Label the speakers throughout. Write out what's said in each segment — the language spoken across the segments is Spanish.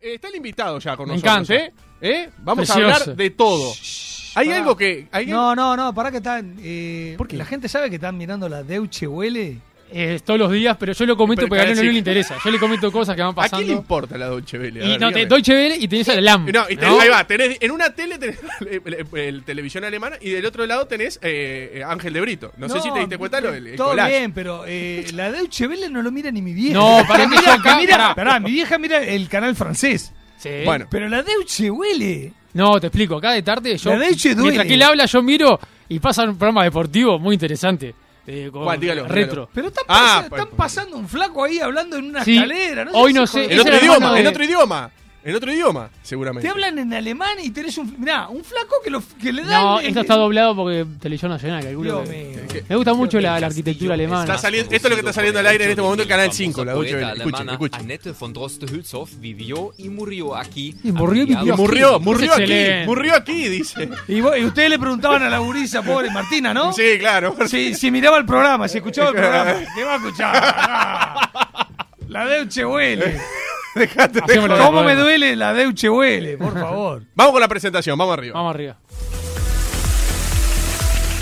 Speaker 1: eh, está el invitado ya con
Speaker 2: Me
Speaker 1: nosotros.
Speaker 2: encanta.
Speaker 1: ¿eh? ¿Eh? Vamos a
Speaker 2: Precioso.
Speaker 1: hablar de todo. Hay
Speaker 3: pará.
Speaker 1: algo que. hay algo-
Speaker 3: No, no, no, pará que están. Eh,
Speaker 1: ¿Por qué?
Speaker 3: La gente sabe que están mirando la Deutsche Welle.
Speaker 2: Eh, todos los días, pero yo lo comento
Speaker 1: Pero
Speaker 2: porque a Galeno
Speaker 1: sí.
Speaker 2: no le interesa. Yo le comento cosas que van
Speaker 1: ¿A quién le
Speaker 2: pasando.
Speaker 1: importa la Deutsche Welle? A
Speaker 2: Y
Speaker 1: ver,
Speaker 2: no, te
Speaker 1: dígame.
Speaker 2: doy Chevelle y tenés al LAM.
Speaker 1: No, y tenés-
Speaker 2: ¿no?
Speaker 1: ahí va, tenés, en una tele tenés el, el- el televisión alemana y del otro lado tenés eh, eh, Ángel de Brito. No, sé si te diste cuenta lo
Speaker 2: eh,
Speaker 1: del el
Speaker 3: eh, Todo
Speaker 1: collage.
Speaker 3: bien, pero eh, la Deutsche Welle no lo mira ni mi vieja.
Speaker 2: No, pará, que yo
Speaker 3: mira,
Speaker 2: acá-
Speaker 3: mira-
Speaker 2: pará.
Speaker 3: pará, mi vieja mira el canal francés.
Speaker 2: Sí.
Speaker 1: Bueno.
Speaker 3: Pero la Deutsche Welle.
Speaker 2: No, te explico. Acá de tarde yo.
Speaker 3: La leche duele.
Speaker 2: Mientras que él habla, yo miro y pasa un programa deportivo muy interesante. eh, con
Speaker 1: ¿Cuál? Dígalo,
Speaker 2: retro.
Speaker 3: Pero están,
Speaker 1: Ah,
Speaker 3: pasa-
Speaker 1: pues,
Speaker 3: están pasando un flaco ahí hablando en una
Speaker 2: Sí.
Speaker 3: escalera. No
Speaker 2: Hoy
Speaker 3: sé
Speaker 2: no
Speaker 3: si
Speaker 2: sé,
Speaker 3: con-
Speaker 1: En
Speaker 2: Ese
Speaker 1: otro
Speaker 2: era el
Speaker 1: idioma,
Speaker 2: hermano
Speaker 1: en
Speaker 2: de-
Speaker 1: otro idioma. En otro idioma, seguramente.
Speaker 3: Te hablan en alemán y tenés un. Mirá, un flaco que, lo, que le da.
Speaker 2: No,
Speaker 3: el-
Speaker 2: esto
Speaker 3: el-
Speaker 2: está doblado porque Televisión Nacional, calculo.
Speaker 3: Dios
Speaker 2: que-
Speaker 3: mío.
Speaker 1: Que-
Speaker 2: Me gusta mucho la, la arquitectura
Speaker 1: Está
Speaker 2: alemana.
Speaker 1: saliendo, esto es lo que está saliendo al aire en este momento en Canal 5, la Deutsche Welle. Escuchen,
Speaker 4: alemana
Speaker 1: escuchen.
Speaker 4: Annette von Droste-Hülshoff vivió y murió aquí.
Speaker 2: Y murió y
Speaker 4: a
Speaker 1: Y
Speaker 2: vivió
Speaker 4: mediados-
Speaker 1: murrió, murió
Speaker 2: Es
Speaker 1: aquí,
Speaker 2: excelente.
Speaker 1: murió aquí, dice.
Speaker 3: Y, vos- y ustedes le preguntaban a la gurisa, pobre Martina, ¿no?
Speaker 1: Sí, claro.
Speaker 3: Si, si miraba el programa, si escuchaba el programa. ¿Qué va a escuchar? No. La Deutsche Welle.
Speaker 1: Dejate,
Speaker 2: Hacemos
Speaker 1: dejate.
Speaker 2: la-
Speaker 3: ¿Cómo me duele la Deutsche Welle? Por favor.
Speaker 1: Vamos con la presentación, vamos arriba.
Speaker 2: Vamos arriba.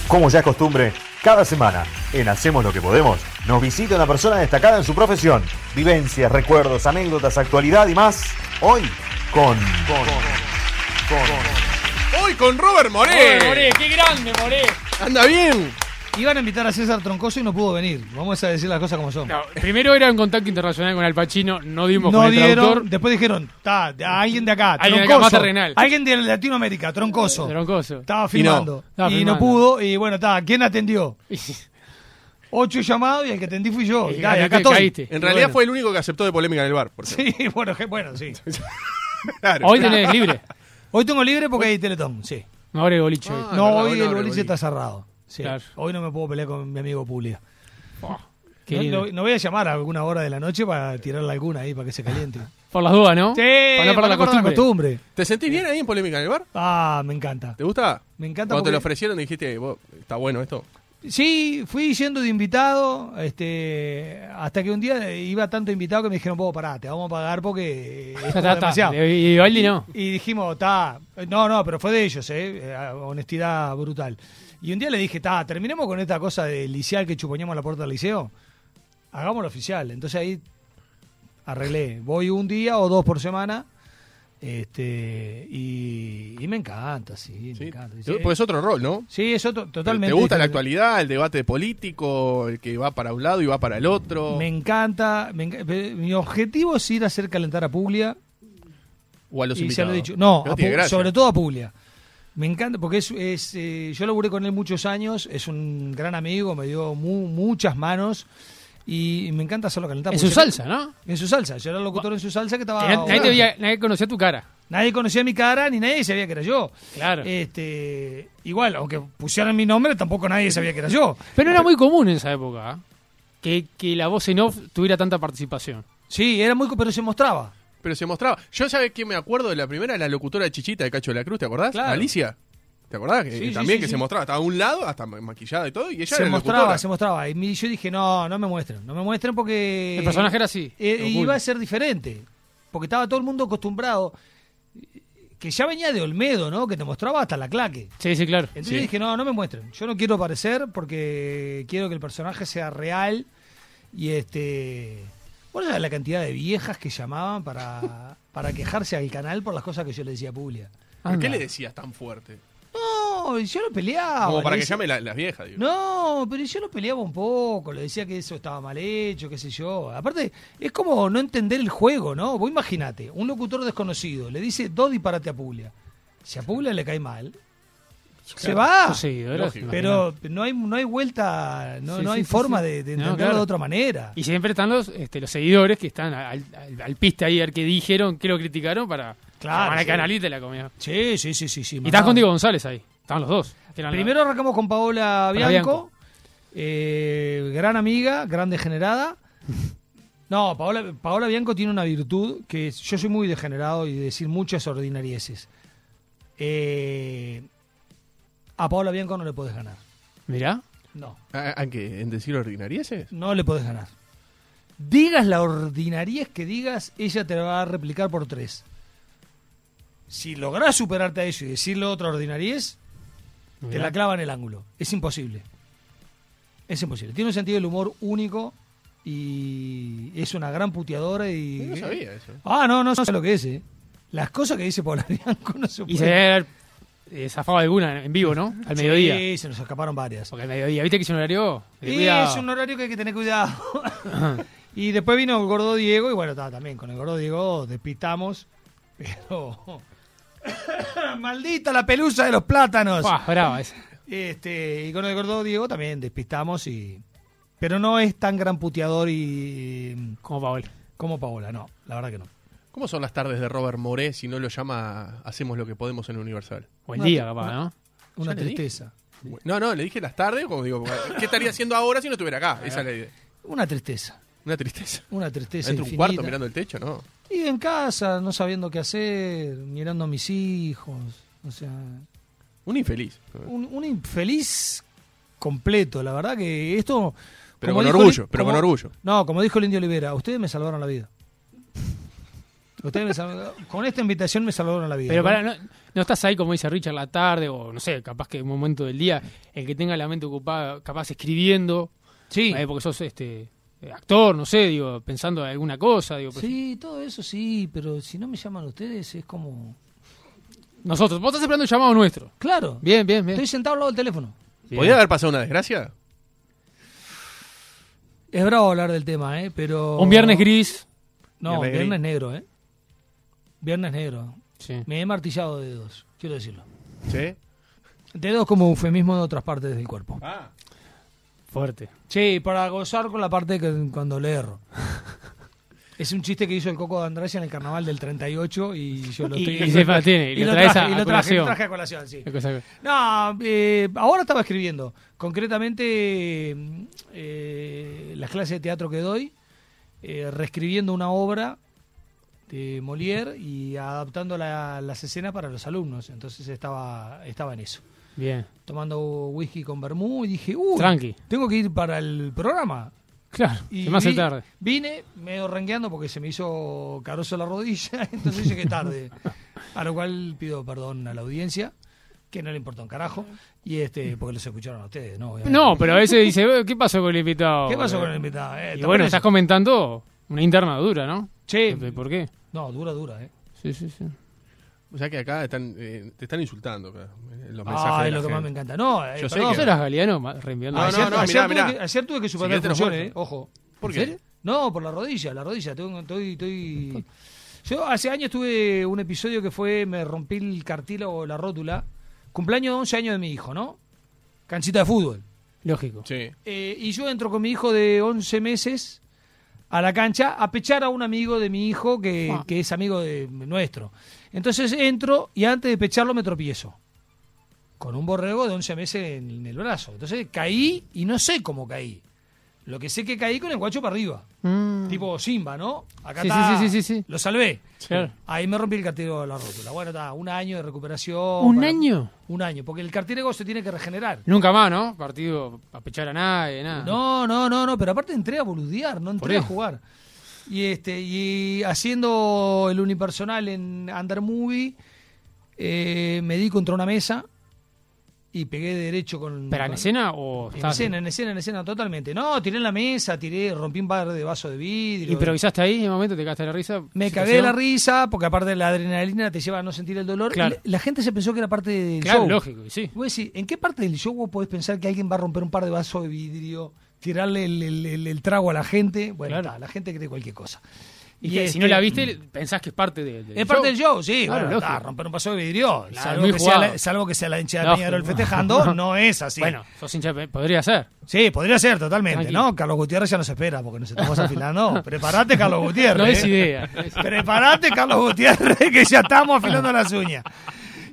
Speaker 5: Como ya es costumbre, cada semana en Hacemos lo que podemos, nos visita una persona destacada en su profesión. Vivencias, recuerdos, anécdotas, actualidad y más. Hoy con...
Speaker 1: Hoy con Robert Moré.
Speaker 2: Moré, qué grande, Moré.
Speaker 1: Anda bien.
Speaker 3: Iban a invitar a César Troncoso y no pudo venir. Vamos a decir las cosas como son.
Speaker 2: No, primero era un contacto internacional con Al Pacino, no dimos con el traductor.
Speaker 3: después dijeron, "Ta, de- alguien de acá,
Speaker 2: Alguien de acá,
Speaker 3: Troncoso.
Speaker 2: más terrenal.
Speaker 3: alguien de Latinoamérica, Troncoso.
Speaker 2: Troncoso.
Speaker 3: Estaba filmando. Y no,
Speaker 2: Estaba filmando.
Speaker 3: pudo, y bueno, está, ¿quién atendió? Ocho llamados y el que atendí fui yo.
Speaker 2: Y
Speaker 3: Y, ta, y acá
Speaker 2: caíste,
Speaker 3: estoy.
Speaker 2: caíste.
Speaker 1: En realidad
Speaker 2: Bueno.
Speaker 1: fue el único que aceptó de polémica en el bar. Por
Speaker 3: Sí, bueno, je- bueno, sí.
Speaker 1: claro.
Speaker 2: Hoy tenés libre.
Speaker 3: Hoy tengo libre porque hay Teletón, sí.
Speaker 2: No abre boliche hoy.
Speaker 1: Ah,
Speaker 3: no,
Speaker 1: verdad,
Speaker 3: hoy
Speaker 1: hoy no
Speaker 3: el
Speaker 1: abre
Speaker 3: boliche
Speaker 1: boliche.
Speaker 3: está cerrado. Sí.
Speaker 2: Claro.
Speaker 3: Hoy no me puedo pelear con mi amigo Pulia.
Speaker 2: Qué
Speaker 3: no,
Speaker 2: lindo.
Speaker 3: no- no voy a llamar a alguna hora de la noche para tirarle alguna ahí para que se caliente.
Speaker 2: Por las dudas, ¿no? Para no
Speaker 3: para
Speaker 2: perder la costumbre.
Speaker 3: costumbre.
Speaker 1: ¿Te sentís bien ahí en polémica en el bar?
Speaker 3: Ah, me encanta.
Speaker 1: ¿Te gusta?
Speaker 3: Me encanta
Speaker 1: Cuando te
Speaker 3: porque-
Speaker 1: lo ofrecieron dijiste, vos, está bueno esto.
Speaker 3: Sí, fui yendo de invitado, este, hasta que un día iba tanto invitado que me dijeron, vos pará, te vamos a pagar porque eh,
Speaker 2: Ya
Speaker 3: esto
Speaker 2: está,
Speaker 3: es
Speaker 2: está.
Speaker 3: demasiado.
Speaker 2: Y Valdi no.
Speaker 3: Y dijimos, ta, no, no, pero fue de ellos, eh, eh, honestidad brutal. Y un día le dije, ta, terminemos con esta cosa de liceal que chuponíamos la puerta del liceo, hagámoslo oficial. Entonces ahí arreglé, voy un día o dos por semana, este, y, y me encanta, sí, me
Speaker 1: ¿sí?
Speaker 3: encanta.
Speaker 1: Te- Porque es otro rol, ¿no?
Speaker 3: Sí, eso to- totalmente.
Speaker 1: ¿Te gusta la
Speaker 3: diferente.
Speaker 1: actualidad, el debate político, el que va para un lado y va para el otro?
Speaker 3: Me encanta, me enca- pe- Mi objetivo es ir a hacer calentar a Puglia.
Speaker 1: O a los
Speaker 3: y ya
Speaker 1: invitados.
Speaker 3: lo he dicho. No, a
Speaker 1: tiene
Speaker 3: Pu-
Speaker 1: gracia.
Speaker 3: sobre todo a Puglia. Me encanta, porque es, es, eh, yo laburé con él muchos años, es un gran amigo, me dio mu- muchas manos y me encanta hacerlo calentar.
Speaker 2: En
Speaker 3: Ah, porque Ah,
Speaker 2: su
Speaker 3: yo-
Speaker 2: salsa, ¿no?
Speaker 3: En su salsa, yo era el locutor en su salsa que estaba...
Speaker 2: Que na- nadie, te veía- nadie conocía tu cara. Eh,
Speaker 3: Nadie conocía mi cara ni nadie sabía que era yo.
Speaker 2: Claro.
Speaker 3: Este, igual, aunque pusieran mi nombre, tampoco nadie sabía que era yo.
Speaker 2: Pero era muy común en esa época ¿eh? que, que la voz en off tuviera tanta participación.
Speaker 3: Sí, era muy... co- pero se mostraba.
Speaker 1: Pero se mostraba. Yo, ¿sabes que me acuerdo de la primera? La locutora Chichita de Cacho de la Cruz, ¿te acordás?
Speaker 3: Claro.
Speaker 1: Alicia. ¿Te acordás? Que-
Speaker 3: Sí, sí,
Speaker 1: también
Speaker 3: sí,
Speaker 1: que
Speaker 3: sí.
Speaker 1: se mostraba. Estaba a un lado, hasta ma- maquillada y todo, y ella
Speaker 3: se
Speaker 1: era la
Speaker 3: mostraba,
Speaker 1: locutora.
Speaker 3: se mostraba. Y mi- yo dije, no, no me muestren, no me muestren porque...
Speaker 2: El personaje era así,
Speaker 3: Eh,
Speaker 2: lo
Speaker 3: iba
Speaker 2: oculto.
Speaker 3: a ser diferente. Porque estaba todo el mundo acostumbrado. Que ya venía de Olmedo, ¿no? Que te mostraba hasta la claque.
Speaker 2: Sí, sí, claro.
Speaker 3: Entonces yo dije, no, no me muestren. Yo no quiero aparecer porque quiero que el personaje sea real. Y este... Bueno, la cantidad de viejas que llamaban para, para quejarse al canal por las cosas que yo le decía a Puglia.
Speaker 1: ¿Por qué
Speaker 2: Anda.
Speaker 1: le decías tan fuerte?
Speaker 3: No, yo lo peleaba.
Speaker 1: Como
Speaker 3: le
Speaker 1: para que
Speaker 3: decía-
Speaker 1: llame la- las viejas, digo.
Speaker 3: no, pero yo lo peleaba un poco, le decía que eso estaba mal hecho, qué sé yo. Aparte, es como no entender el juego, ¿no? Vos imaginate, un locutor desconocido le dice dos disparates a Puglia. Si a Puglia le cae mal, se va.
Speaker 2: Tus seguidores,
Speaker 1: Lógico.
Speaker 2: imagínate.
Speaker 3: Pero no hay, no hay vuelta, no,
Speaker 2: Sí,
Speaker 3: no
Speaker 2: sí,
Speaker 3: hay
Speaker 2: sí,
Speaker 3: forma
Speaker 2: sí.
Speaker 3: de, de
Speaker 2: No,
Speaker 3: entenderlo
Speaker 2: claro.
Speaker 3: de otra manera.
Speaker 2: Y siempre están los, este, los seguidores que están al, al, al piste ahí, al que dijeron, que lo criticaron para
Speaker 3: Claro,
Speaker 2: para
Speaker 3: sí.
Speaker 2: que analice la comida.
Speaker 3: Sí, sí, sí, sí. sí
Speaker 2: Y estás
Speaker 3: mamá.
Speaker 2: con Diego González ahí. Estaban los dos. que eran la-
Speaker 3: Primero arrancamos con Paola
Speaker 2: Paola Bianco.
Speaker 3: Bianco, eh, gran amiga, gran degenerada. No, Paola, Paola Bianco tiene una virtud que es- yo soy muy degenerado y decir muchas ordinarieces. Eh, a Paola Bianco no le podés ganar.
Speaker 2: Mirá.
Speaker 3: No,
Speaker 1: ¿A, a qué? ¿En decir ordinarieses?
Speaker 3: no le podés ganar. Digas la ordinariez que digas, ella te la va a replicar por tres. Si lográs superarte a eso y decirle otra ordinariez, te la clava en el ángulo. Es imposible. Es imposible. Tiene un sentido del humor único y es una gran puteadora y...
Speaker 1: Yo no sabía eso.
Speaker 3: Ah, no, no sé lo que es, eh. Las cosas que dice Polarianco no se
Speaker 2: Y se
Speaker 3: pueden-
Speaker 2: debe haber eh, zafado alguna en vivo, ¿no? Al mediodía.
Speaker 3: Sí, se nos escaparon varias.
Speaker 2: Porque al mediodía, ¿viste que es un horario? de
Speaker 3: Y
Speaker 2: cuidado?
Speaker 3: es un horario que hay que tener cuidado. y después vino el gordo Diego, y bueno, ta, también con el gordo Diego despitamos. Pero. Maldita la pelusa de los plátanos.
Speaker 2: Buah, brava esa.
Speaker 3: Este, y con el gordo Diego también despistamos y. Pero no es tan gran puteador y.
Speaker 2: Como Paola.
Speaker 3: como Paola, no, la verdad que no.
Speaker 1: ¿Cómo son las tardes de Robert Moré si no lo llama Hacemos lo que podemos en Universal?
Speaker 2: O el
Speaker 3: No,
Speaker 2: día,
Speaker 3: te-
Speaker 2: capaz, ¿no?
Speaker 3: Una
Speaker 1: le dije.
Speaker 3: tristeza.
Speaker 1: No, no, le dije las tardes, como digo, ¿qué estaría haciendo ahora si no estuviera acá? Esa es la idea.
Speaker 3: Una tristeza.
Speaker 1: Una tristeza.
Speaker 3: Una tristeza.
Speaker 1: Dentro de un
Speaker 3: infinita.
Speaker 1: cuarto mirando el techo, ¿no?
Speaker 3: Y en casa, no sabiendo qué hacer, mirando a mis hijos. O sea,
Speaker 1: Un infeliz.
Speaker 3: un, un infeliz completo, la verdad que esto...
Speaker 1: Pero
Speaker 3: como
Speaker 1: con
Speaker 3: dijo
Speaker 1: orgullo,
Speaker 3: el-
Speaker 1: pero con
Speaker 3: como-
Speaker 1: orgullo.
Speaker 3: No, como dijo el Indio Olivera, ustedes me salvaron la vida. Ustedes me salvaron- con esta invitación me salvaron la vida.
Speaker 2: Pero
Speaker 3: ¿no?
Speaker 2: pará, no, no estás ahí, como dice Richard, la tarde o no sé, capaz que en un momento del día, el que tenga la mente ocupada, capaz escribiendo,
Speaker 3: Sí,
Speaker 2: eh, porque sos este eh, actor, no sé, digo, pensando en alguna cosa, digo, pues,
Speaker 3: sí, todo eso sí, pero si no me llaman ustedes es como...
Speaker 2: nosotros, vos estás esperando un llamado nuestro.
Speaker 3: Claro,
Speaker 2: Bien, bien, bien.
Speaker 3: estoy sentado al lado del teléfono.
Speaker 2: Bien.
Speaker 1: ¿Podría haber pasado una desgracia?
Speaker 3: Es bravo hablar del tema, ¿eh? Pero...
Speaker 2: Un viernes gris.
Speaker 3: No,
Speaker 1: Viernes
Speaker 3: viernes
Speaker 1: gris.
Speaker 3: negro, ¿eh? Viernes negro.
Speaker 2: Sí.
Speaker 3: Me he martillado dedos, quiero decirlo.
Speaker 1: Sí.
Speaker 3: Dedos como eufemismo de otras partes del cuerpo.
Speaker 2: Ah, Fuerte.
Speaker 3: Sí, para gozar con la parte que cuando le erro. Es un chiste que hizo el Coco de Andrés en el carnaval del 38 y yo lo
Speaker 2: Y-
Speaker 3: estoy...
Speaker 2: y se mantiene, y lo traes a-
Speaker 3: y
Speaker 2: a
Speaker 3: lo traje, lo
Speaker 2: colación.
Speaker 3: traje a colación, sí.
Speaker 2: Qué cosa que-
Speaker 3: No, eh, ahora estaba escribiendo. Concretamente, eh, las clases de teatro que doy, eh, reescribiendo una obra de Molière y adaptando la- las escenas para los alumnos. Entonces estaba, estaba en eso
Speaker 2: Bien.
Speaker 3: tomando whisky con vermú y dije, uy,
Speaker 2: Tranqui.
Speaker 3: tengo que ir para el programa.
Speaker 2: Claro,
Speaker 3: Y
Speaker 2: se me hace
Speaker 3: vi-
Speaker 2: tarde.
Speaker 3: Vine medio rengueando porque se me hizo caroso la rodilla, entonces llegué tarde. A lo cual pido perdón a la audiencia, que no le importa un carajo, y este, porque los escucharon a ustedes, ¿no? Obviamente.
Speaker 2: No, pero a veces dice, "Eh, ¿qué pasó con el invitado?
Speaker 3: ¿Qué pasó con el invitado? Eh,
Speaker 2: Y
Speaker 3: ¿te
Speaker 2: bueno,
Speaker 3: acuerdas?
Speaker 2: estás comentando una interna dura, ¿no?
Speaker 3: Che,
Speaker 2: ¿De- ¿Por qué?
Speaker 3: no, dura, dura, ¿eh?
Speaker 2: Sí, sí, sí.
Speaker 1: O sea que acá están, eh, te están insultando. acá, en Los mensajes
Speaker 3: Ah,
Speaker 1: de
Speaker 3: es
Speaker 1: la
Speaker 3: lo que más me
Speaker 1: gente.
Speaker 3: encanta. No, eh,
Speaker 1: Yo sé
Speaker 3: perdón.
Speaker 2: ¿Vos
Speaker 1: que-
Speaker 2: eras galeano ma- reenviando?
Speaker 1: No,
Speaker 3: ayer,
Speaker 1: no, no,
Speaker 3: ayer
Speaker 1: mirá,
Speaker 3: tuve
Speaker 1: mirá.
Speaker 3: que, ayer tuve que
Speaker 1: Si
Speaker 3: superar
Speaker 1: querés te lo
Speaker 3: funciones, eh,
Speaker 1: muestro.
Speaker 3: ojo.
Speaker 1: ¿Por
Speaker 3: ¿En
Speaker 1: qué?
Speaker 3: serio? No, por la rodilla, la rodilla. Tengo- Estoy, estoy... Yo hace años tuve un episodio que fue, me rompí el cartílago, la rótula. Cumpleaños de 11 años de mi hijo, ¿no? Canchita de fútbol.
Speaker 2: Lógico.
Speaker 1: Sí.
Speaker 3: Eh, y yo entro con mi hijo de 11 meses a la cancha a pechar a un amigo de mi hijo que,
Speaker 2: Ah.
Speaker 3: que es amigo de nuestro. Entonces entro y antes de pecharlo me tropiezo. Con un borrego de 11 meses en, en el brazo. Entonces caí y no sé cómo caí. Lo que sé que caí con el guacho para arriba.
Speaker 2: Mm.
Speaker 3: Tipo Simba, ¿no? Acá
Speaker 2: Sí,
Speaker 3: está.
Speaker 2: sí, sí, sí, sí.
Speaker 3: Lo salvé.
Speaker 2: Claro.
Speaker 3: Ahí me rompí el cartílago de la rótula. Bueno, está, un año de recuperación.
Speaker 2: ¿Un
Speaker 3: para-
Speaker 2: año?
Speaker 3: Un año, porque el cartílago se tiene que regenerar.
Speaker 2: Nunca más, ¿no? Partido a pechar a nadie, nada.
Speaker 3: No, no, no, no, pero aparte entré a boludear, no
Speaker 2: Por
Speaker 3: entré a
Speaker 2: eso.
Speaker 3: jugar. Y este, y haciendo el unipersonal en Under Movie, eh, me di contra una mesa y pegué derecho con.
Speaker 2: ¿Pero en
Speaker 3: con-
Speaker 2: escena o
Speaker 3: En
Speaker 2: estabas-
Speaker 3: escena, en escena, en escena, totalmente. No, tiré en la mesa, tiré, rompí un par de vasos de vidrio.
Speaker 2: ¿Improvisaste ahí en el momento? ¿Te cagaste de la risa?
Speaker 3: Me
Speaker 2: ¿Situación?
Speaker 3: cagué de la risa, porque aparte la adrenalina te lleva a no sentir el dolor.
Speaker 2: Claro.
Speaker 3: La gente se pensó que era parte del
Speaker 2: Claro,
Speaker 3: show.
Speaker 2: lógico, y sí.
Speaker 3: Vos decís, ¿en qué parte del show vos podés pensar que alguien va a romper un par de vasos de vidrio, tirarle el, el- el- el trago a la gente? Bueno,
Speaker 2: Claro.
Speaker 3: está, la gente cree cualquier cosa.
Speaker 2: Y, que si
Speaker 3: este,
Speaker 2: no la viste, pensás que es parte de- del
Speaker 3: Es parte del show, sí.
Speaker 2: Claro,
Speaker 3: bueno, está,
Speaker 2: lógico.
Speaker 3: romper un vaso de vidrio,
Speaker 2: Claro,
Speaker 3: salvo,
Speaker 2: muy
Speaker 3: que sea
Speaker 2: jugado.
Speaker 3: la, salvo que sea la hinchada de
Speaker 2: Lógico.
Speaker 3: Peñarol festejando, no es así.
Speaker 2: Bueno, sos hincha, de Pe- podría ser.
Speaker 3: Sí, podría ser totalmente,
Speaker 2: Tranquilo.
Speaker 3: ¿no? Carlos Gutiérrez ya nos espera porque nos estamos afilando. Prepárate, Carlos Gutiérrez.
Speaker 2: No es
Speaker 3: ¿eh?
Speaker 2: idea. no es idea.
Speaker 3: Prepárate, Carlos Gutiérrez, que ya estamos afilando las uñas.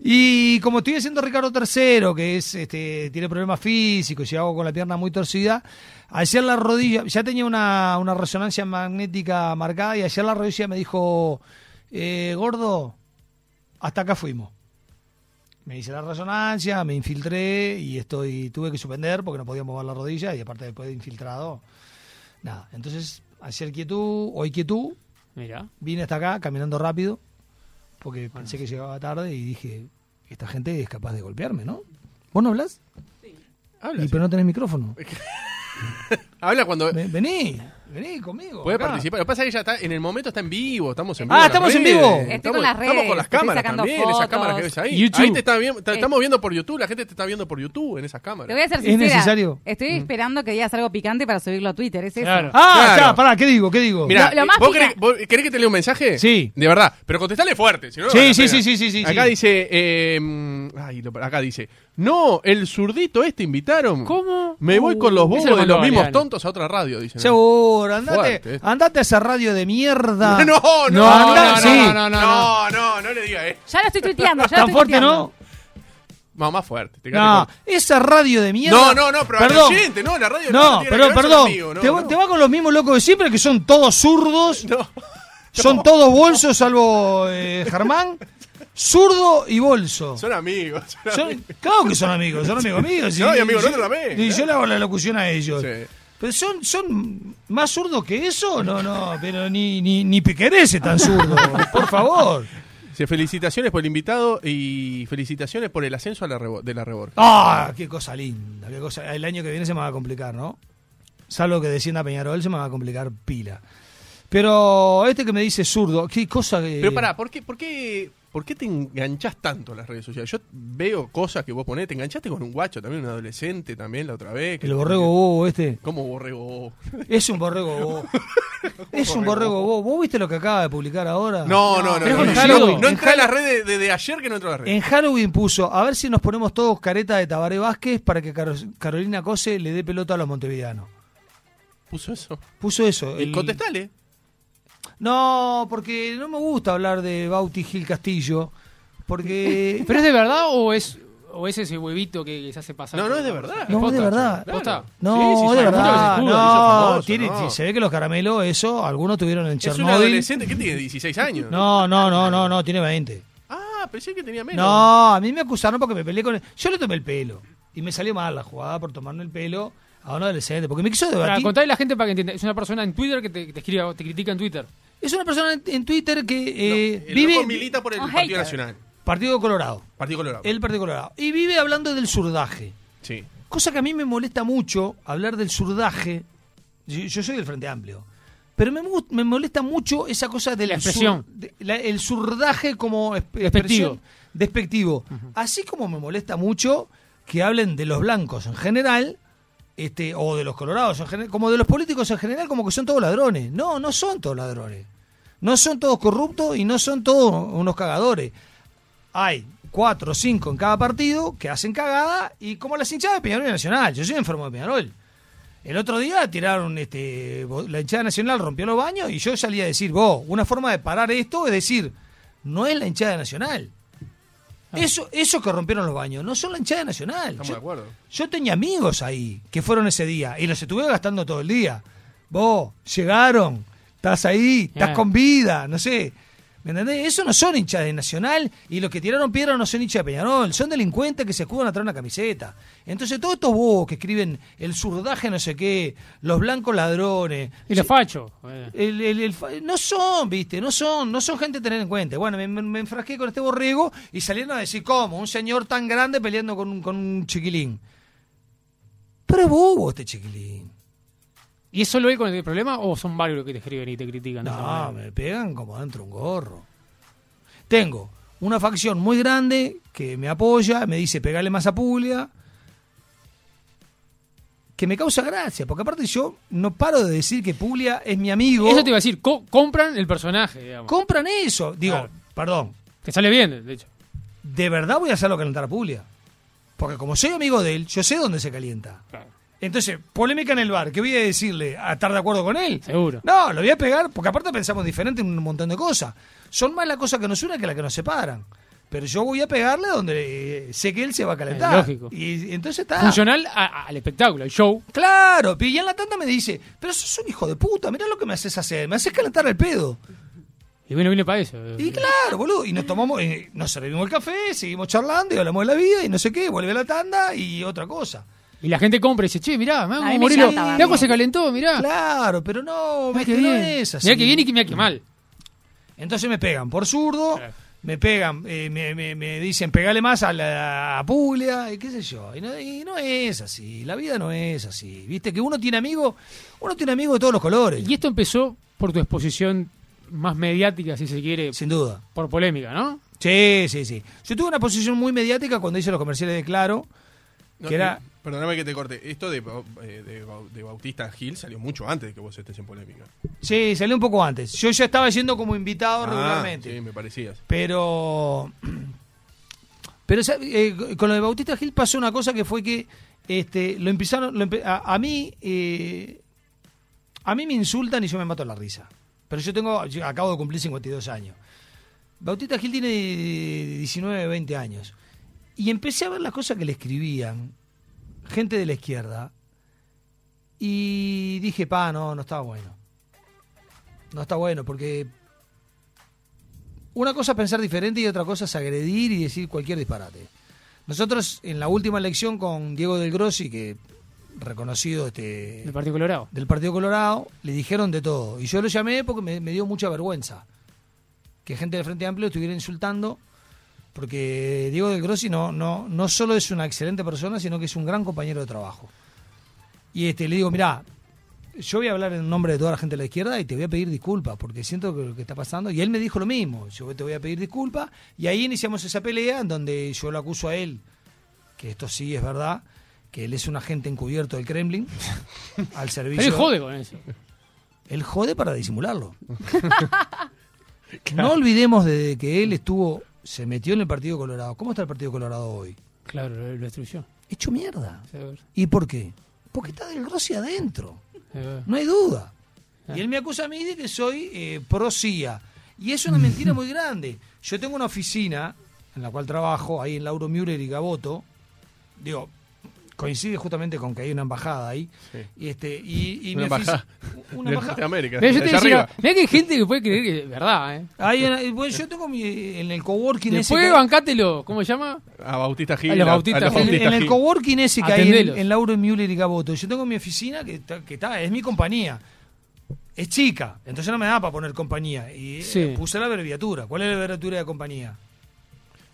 Speaker 3: Y como estoy haciendo Ricardo III, que es este, tiene problemas físicos y hago con la pierna muy torcida, ayer la rodilla, ya tenía una, una resonancia magnética marcada y ayer la rodilla me dijo, eh, gordo, hasta acá fuimos. Me hice la resonancia, me infiltré y estoy tuve que suspender porque no podía mover la rodilla y aparte después de infiltrado, nada. Entonces, ayer quietud, hoy quietud,
Speaker 2: Mirá.
Speaker 3: Vine hasta acá caminando rápido. porque pensé que llegaba tarde y dije, esta gente es capaz de golpearme, ¿no? ¿Vos no hablas?
Speaker 1: Habla,
Speaker 3: Y,
Speaker 1: sí.
Speaker 3: pero no tenés micrófono.
Speaker 1: Habla cuando.
Speaker 3: Ven- Vení, vení conmigo.
Speaker 1: Puede
Speaker 3: acá.
Speaker 1: participar. Lo que pasa es que ya está, en el momento está en vivo, estamos en
Speaker 3: Ah,
Speaker 1: vivo. las
Speaker 3: estamos en
Speaker 1: redes.
Speaker 3: vivo.
Speaker 1: Estamos,
Speaker 3: Estoy
Speaker 6: con las
Speaker 1: estamos con
Speaker 6: redes,
Speaker 1: las
Speaker 6: estoy
Speaker 1: cámaras
Speaker 6: sacando
Speaker 1: también, esas
Speaker 6: fotos.
Speaker 1: cámaras que ves ahí.
Speaker 2: YouTube.
Speaker 1: Ahí te está bien- te
Speaker 6: Eh.
Speaker 1: estamos viendo por YouTube, la gente te está viendo por YouTube en esas
Speaker 6: Te
Speaker 1: cámaras.
Speaker 6: voy a ser
Speaker 3: ¿Es
Speaker 6: sincera.
Speaker 3: necesario? Mm.
Speaker 6: Estoy esperando que digas algo picante para subirlo a Twitter, ¿es eso?
Speaker 2: Claro.
Speaker 3: Ah,
Speaker 1: Claro.
Speaker 3: ya, pará, ¿qué digo? ¿Qué digo?
Speaker 1: Mirá,
Speaker 6: Lo- lo
Speaker 1: eh,
Speaker 6: más
Speaker 1: ¿vos,
Speaker 6: pica-
Speaker 1: querés, vos querés que te lea un mensaje?
Speaker 3: Sí.
Speaker 1: De verdad, pero contestale fuerte. Si no,
Speaker 3: Sí,
Speaker 1: no la
Speaker 3: sí,
Speaker 1: pega.
Speaker 3: sí, sí, sí, sí,
Speaker 1: Acá
Speaker 3: sí.
Speaker 1: dice, eh, mm, ay, lo- acá dice, no, el zurdito este invitaron.
Speaker 2: ¿Cómo?
Speaker 1: Me voy
Speaker 2: Uh,
Speaker 1: con los
Speaker 2: ese
Speaker 1: bobos
Speaker 2: lo
Speaker 1: de
Speaker 2: mandó
Speaker 1: los mismos
Speaker 2: Mariano.
Speaker 1: tontos a otra radio, dicen.
Speaker 3: Seguro, andate,
Speaker 1: Fuerte. eh.
Speaker 3: andate a esa radio de mierda.
Speaker 1: No, no, no,
Speaker 2: No,
Speaker 3: andá-
Speaker 2: no,
Speaker 3: sí.
Speaker 2: no, no, no, no.
Speaker 1: no, no, no le diga eso.
Speaker 6: Ya lo estoy tuiteando, ya lo
Speaker 3: Tan
Speaker 6: estoy
Speaker 3: fuerte,
Speaker 6: tuiteando.
Speaker 3: ¿no?
Speaker 1: No, más fuerte. te quedaste
Speaker 3: No,
Speaker 1: corto.
Speaker 3: esa radio de mierda.
Speaker 1: No, no, no, pero
Speaker 3: perdón.
Speaker 1: al oyente, no, la radio de
Speaker 3: No,
Speaker 1: mierda tiene
Speaker 3: pero
Speaker 1: que ver
Speaker 3: perdón.
Speaker 1: conmigo, no,
Speaker 3: te, va-
Speaker 1: no.
Speaker 3: te va con los mismos locos de siempre que son todos zurdos,
Speaker 1: No.
Speaker 3: son todos bolsos salvo eh, Germán, zurdo y bolso.
Speaker 1: Son amigos. son
Speaker 3: Son-
Speaker 1: amigos.
Speaker 3: claro que son amigos, son amigos míos.
Speaker 1: No, y amigos
Speaker 3: yo-
Speaker 1: nosotros también,
Speaker 3: Y
Speaker 1: claro.
Speaker 3: yo le hago la locución a ellos.
Speaker 1: Sí.
Speaker 3: Pero son, son más zurdos que eso, no, no, pero ni, ni, ni Piquerés es tan zurdo, por favor.
Speaker 1: Sí, felicitaciones por el invitado y felicitaciones por el ascenso a la rebo- de la reborja.
Speaker 3: Ah, qué cosa linda, qué cosa. El año que viene se me va a complicar, ¿no? Salvo que descienda Peñarol, se me va a complicar pila. Pero este que me dice zurdo, qué cosa que.
Speaker 1: Pero pará, ¿por qué, por, qué, ¿por qué te enganchás tanto a las redes sociales? Yo veo cosas que vos ponés, te enganchaste con un guacho también, un adolescente también la otra vez. que-
Speaker 3: El borrego bobo este.
Speaker 1: ¿Cómo borrego?
Speaker 3: Es un borrego bobo. es un borrego bobo. ¿Vos viste lo que acaba de publicar ahora?
Speaker 1: No, no, no.
Speaker 2: pero
Speaker 1: No,
Speaker 2: es
Speaker 1: no,
Speaker 2: con Halloween.
Speaker 1: no entré a las redes desde ayer que no entró a las redes.
Speaker 3: En Halloween puso, a ver si nos ponemos todos careta de Tabaré Vázquez para que Caro- Carolina Cose le dé pelota a los montevideanos.
Speaker 1: Puso eso.
Speaker 3: Puso eso.
Speaker 1: Y contestale.
Speaker 3: No, porque no me gusta hablar de Bauti Gil Castillo. Porque.
Speaker 2: ¿Pero es de verdad o es, o es ese huevito que, que se hace pasar?
Speaker 1: No, no,
Speaker 2: por-
Speaker 1: es de verdad.
Speaker 3: No, es de
Speaker 2: Posta.
Speaker 3: verdad.
Speaker 2: Posta.
Speaker 3: No,
Speaker 1: Sí, sí,
Speaker 3: es
Speaker 1: sí,
Speaker 3: de
Speaker 1: mucho
Speaker 3: verdad.
Speaker 2: que se
Speaker 1: lo
Speaker 2: pudo,
Speaker 1: hizo
Speaker 3: no,
Speaker 1: famoso,
Speaker 3: tiene-
Speaker 1: no.
Speaker 3: se ve que los caramelos, eso, algunos tuvieron en
Speaker 1: Es un
Speaker 3: Chernóbil.
Speaker 1: adolescente que tiene 16 años.
Speaker 3: No, no, no, no, no, tiene 20.
Speaker 1: Ah, pensé que tenía menos.
Speaker 3: No, a mí me acusaron porque me peleé con él. Yo le tomé el pelo. Y me salió mal la jugada por tomarme el pelo a un adolescente. Porque me quiso
Speaker 2: Para
Speaker 3: debatir.
Speaker 2: contarle a la gente para que entienda. Es una persona en Twitter que te, que te escribe, te critica en Twitter.
Speaker 3: Es una persona en- en Twitter
Speaker 1: No,
Speaker 3: que eh,
Speaker 1: el loco
Speaker 3: vive.
Speaker 1: milita por el
Speaker 6: Un
Speaker 1: Partido
Speaker 6: hater.
Speaker 1: Nacional.
Speaker 3: Partido Colorado.
Speaker 1: Partido Colorado.
Speaker 3: El Partido Colorado. Y vive hablando del surdaje.
Speaker 1: Sí.
Speaker 3: Cosa que a mí me molesta mucho hablar del surdaje. Yo, yo soy del Frente Amplio. Pero me, mu- me molesta mucho esa cosa de
Speaker 2: La expresión.
Speaker 3: el surdaje como es-
Speaker 2: Despectivo.
Speaker 3: expresión Despectivo. Así como me molesta mucho que hablen de los blancos en general, este, o de los colorados en general, como de los políticos en general, como que son todos ladrones. No, no son todos ladrones. No son todos corruptos y no son todos unos cagadores hay cuatro o cinco en cada partido que hacen cagada y como las hinchadas de Peñarol y Nacional. Yo soy enfermo de Peñarol. El otro día tiraron, este, bo- la hinchada nacional rompió los baños y yo salí a decir, vos, una forma de parar esto es decir, no es la hinchada nacional. Eso, eso que rompieron los baños, no son la hinchada nacional.
Speaker 1: Ah. Estamos
Speaker 3: Yo-
Speaker 1: de acuerdo.
Speaker 3: yo tenía amigos ahí que fueron ese día y los estuve gastando todo el día. Vos, llegaron, estás ahí, estás
Speaker 2: Ah.
Speaker 3: con vida, no sé. ¿Me entendés? Eso no son hinchas de Nacional y los que tiraron piedra no son hinchas de Peñarol, son delincuentes que se escudan atrás de una camiseta. Entonces, todos estos bobos que escriben el zurdaje no sé qué, los blancos ladrones,
Speaker 2: Y lo facho. Eh.
Speaker 3: el- el- el fa- no son, viste, no son, no son gente a tener en cuenta. Bueno, me, me- me enfrasqué con este borrego y salieron a decir, ¿cómo? Un señor tan grande peleando con, un- con un chiquilín. Pero es bobo este chiquilín.
Speaker 2: ¿Y es solo él con el problema o son varios los que te escriben y te critican? de esa
Speaker 3: No,
Speaker 2: manera?
Speaker 3: me pegan como dentro un gorro. Tengo una facción muy grande que me apoya, me dice pegale más a Puglia, que me causa gracia, porque aparte yo no paro de decir que Puglia es mi amigo.
Speaker 2: Eso te iba a decir. co- compran el personaje, digamos.
Speaker 3: Compran eso. Digo,
Speaker 2: Claro.
Speaker 3: perdón,
Speaker 2: que sale bien, de hecho.
Speaker 3: de verdad voy a hacerlo calentar a Puglia. Porque como soy amigo de él, yo sé dónde se calienta. Entonces, polémica en el bar, ¿qué voy a decirle? ¿A estar de acuerdo con él?
Speaker 2: Seguro.
Speaker 3: No, lo voy a pegar, porque aparte pensamos diferente en un montón de cosas. Son más las cosas que nos unen que las que nos separan. Pero yo voy a pegarle donde eh, sé que él se va a calentar.
Speaker 2: lógico.
Speaker 3: Y entonces está.
Speaker 2: Funcional a- a- al espectáculo, al show.
Speaker 3: Claro, y en la tanda me dice, pero sos un hijo de puta, mirá lo que me haces hacer, me haces calentar el pedo.
Speaker 2: Y bueno, viene para eso.
Speaker 3: Y claro, boludo, y nos tomamos, eh, nos servimos el café, seguimos charlando y hablamos de la vida y no sé qué, vuelve la tanda y otra cosa.
Speaker 2: Y la gente compra y dice, che, mirá,
Speaker 6: A mí
Speaker 2: me
Speaker 6: me
Speaker 2: Morelo.
Speaker 6: encanta
Speaker 2: mirá
Speaker 6: Barney.
Speaker 2: cómo se calentó, mirá.
Speaker 3: Claro, pero no,
Speaker 2: Ah. mirá
Speaker 3: viste,
Speaker 2: que
Speaker 3: no
Speaker 2: bien.
Speaker 3: es así.
Speaker 2: Mirá que bien y que- mirá que mal.
Speaker 3: Entonces me pegan por zurdo,
Speaker 2: Claro.
Speaker 3: me pegan, eh, me, me- me dicen, pegale más a la a Puglia, y qué sé yo. Y no, y no es así, la vida no es así. Viste que uno tiene amigos, uno tiene amigos de todos los colores,
Speaker 2: Y esto empezó por tu exposición más mediática, si se quiere,
Speaker 3: sin duda.
Speaker 2: por polémica, ¿no?
Speaker 3: Sí, sí, sí. Yo tuve una posición muy mediática cuando hice los comerciales de Claro,
Speaker 1: No,
Speaker 3: que era...
Speaker 1: eh, Perdóname que te corte. Esto de, Bau- eh, de Bau- de Bautista Gil salió mucho antes de que vos estés en polémica.
Speaker 3: Sí, salió un poco antes. Yo ya estaba yendo como invitado regularmente.
Speaker 1: Ah, sí, me parecías.
Speaker 3: Pero. Pero ¿sabe? Eh, con lo de Bautista Gil pasó una cosa que fue que este, lo empezaron. lo empe- a, a mí. eh, a mí me insultan y yo me mato la risa. Pero yo tengo. yo acabo de cumplir 52 años. Bautista Gil tiene 19, 20 años. Y empecé a ver las cosas que le escribían. Gente de la izquierda. Y dije, pa, no, no está bueno. No está bueno, porque una cosa es pensar diferente y otra cosa es agredir y decir cualquier disparate. Nosotros en la última elección con Diego del Grossi, que reconocido
Speaker 1: Eh.
Speaker 3: este
Speaker 2: Del Partido Colorado.
Speaker 3: del Partido Colorado, le dijeron de todo. Y yo lo llamé porque me, me dio mucha vergüenza que gente del Frente Amplio estuviera insultando, porque Diego del Grossi no, no, no solo es una excelente persona, sino que es un gran compañero de trabajo. Y este, le digo, mirá, yo voy a hablar en nombre de toda la gente de la izquierda y te voy a pedir disculpas, porque siento que lo que está pasando. Y él me dijo lo mismo, yo te voy a pedir disculpas. Y ahí iniciamos esa pelea en donde yo lo acuso a él, que esto sí es verdad, que él es un agente encubierto del Kremlin, al servicio...
Speaker 2: Pero él jode con eso.
Speaker 3: Él jode para disimularlo. No olvidemos desde que él estuvo, se metió en el Partido Colorado. ¿Cómo está el Partido Colorado hoy?
Speaker 2: Claro, lo, lo destruyó.
Speaker 3: Hecho mierda.
Speaker 2: Es ver-
Speaker 3: ¿Y por qué? Porque está del Rossi adentro.
Speaker 2: es ver.
Speaker 3: No hay duda. Y él me acusa a mí de que soy eh, pro CIA. Y es una mentira muy grande. Yo tengo una oficina en la cual trabajo, ahí en Lauro Müller y Gaboto. Digo, coincide justamente con que hay una embajada ahí.
Speaker 1: Sí.
Speaker 3: Y este, y, y
Speaker 1: Una
Speaker 3: mi ofici-
Speaker 1: embajada.
Speaker 3: Una
Speaker 1: de
Speaker 3: embajada.
Speaker 1: Norteamérica.
Speaker 2: Mirá, yo
Speaker 1: Allá
Speaker 2: te voy a decir
Speaker 1: arriba.
Speaker 2: algo. Mirá que hay gente que puede creer que es verdad, ¿eh?
Speaker 3: Ahí en- bueno, yo tengo mi, en el coworking ese.
Speaker 2: Después
Speaker 3: que-
Speaker 2: bancátelo, ¿cómo se llama?
Speaker 1: A Bautista Gil.
Speaker 2: A los Bautista
Speaker 1: los
Speaker 2: Gil.
Speaker 3: en, en el
Speaker 1: Gil.
Speaker 3: coworking ese que hay en,
Speaker 2: Atendelos.
Speaker 3: en Lauro Müller y Gaboto. Yo tengo mi oficina que está, que está- es mi compañía. Es chica, entonces no me da para poner compañía. Y eh,
Speaker 2: Sí.
Speaker 3: puse la abreviatura. ¿Cuál es la abreviatura de compañía?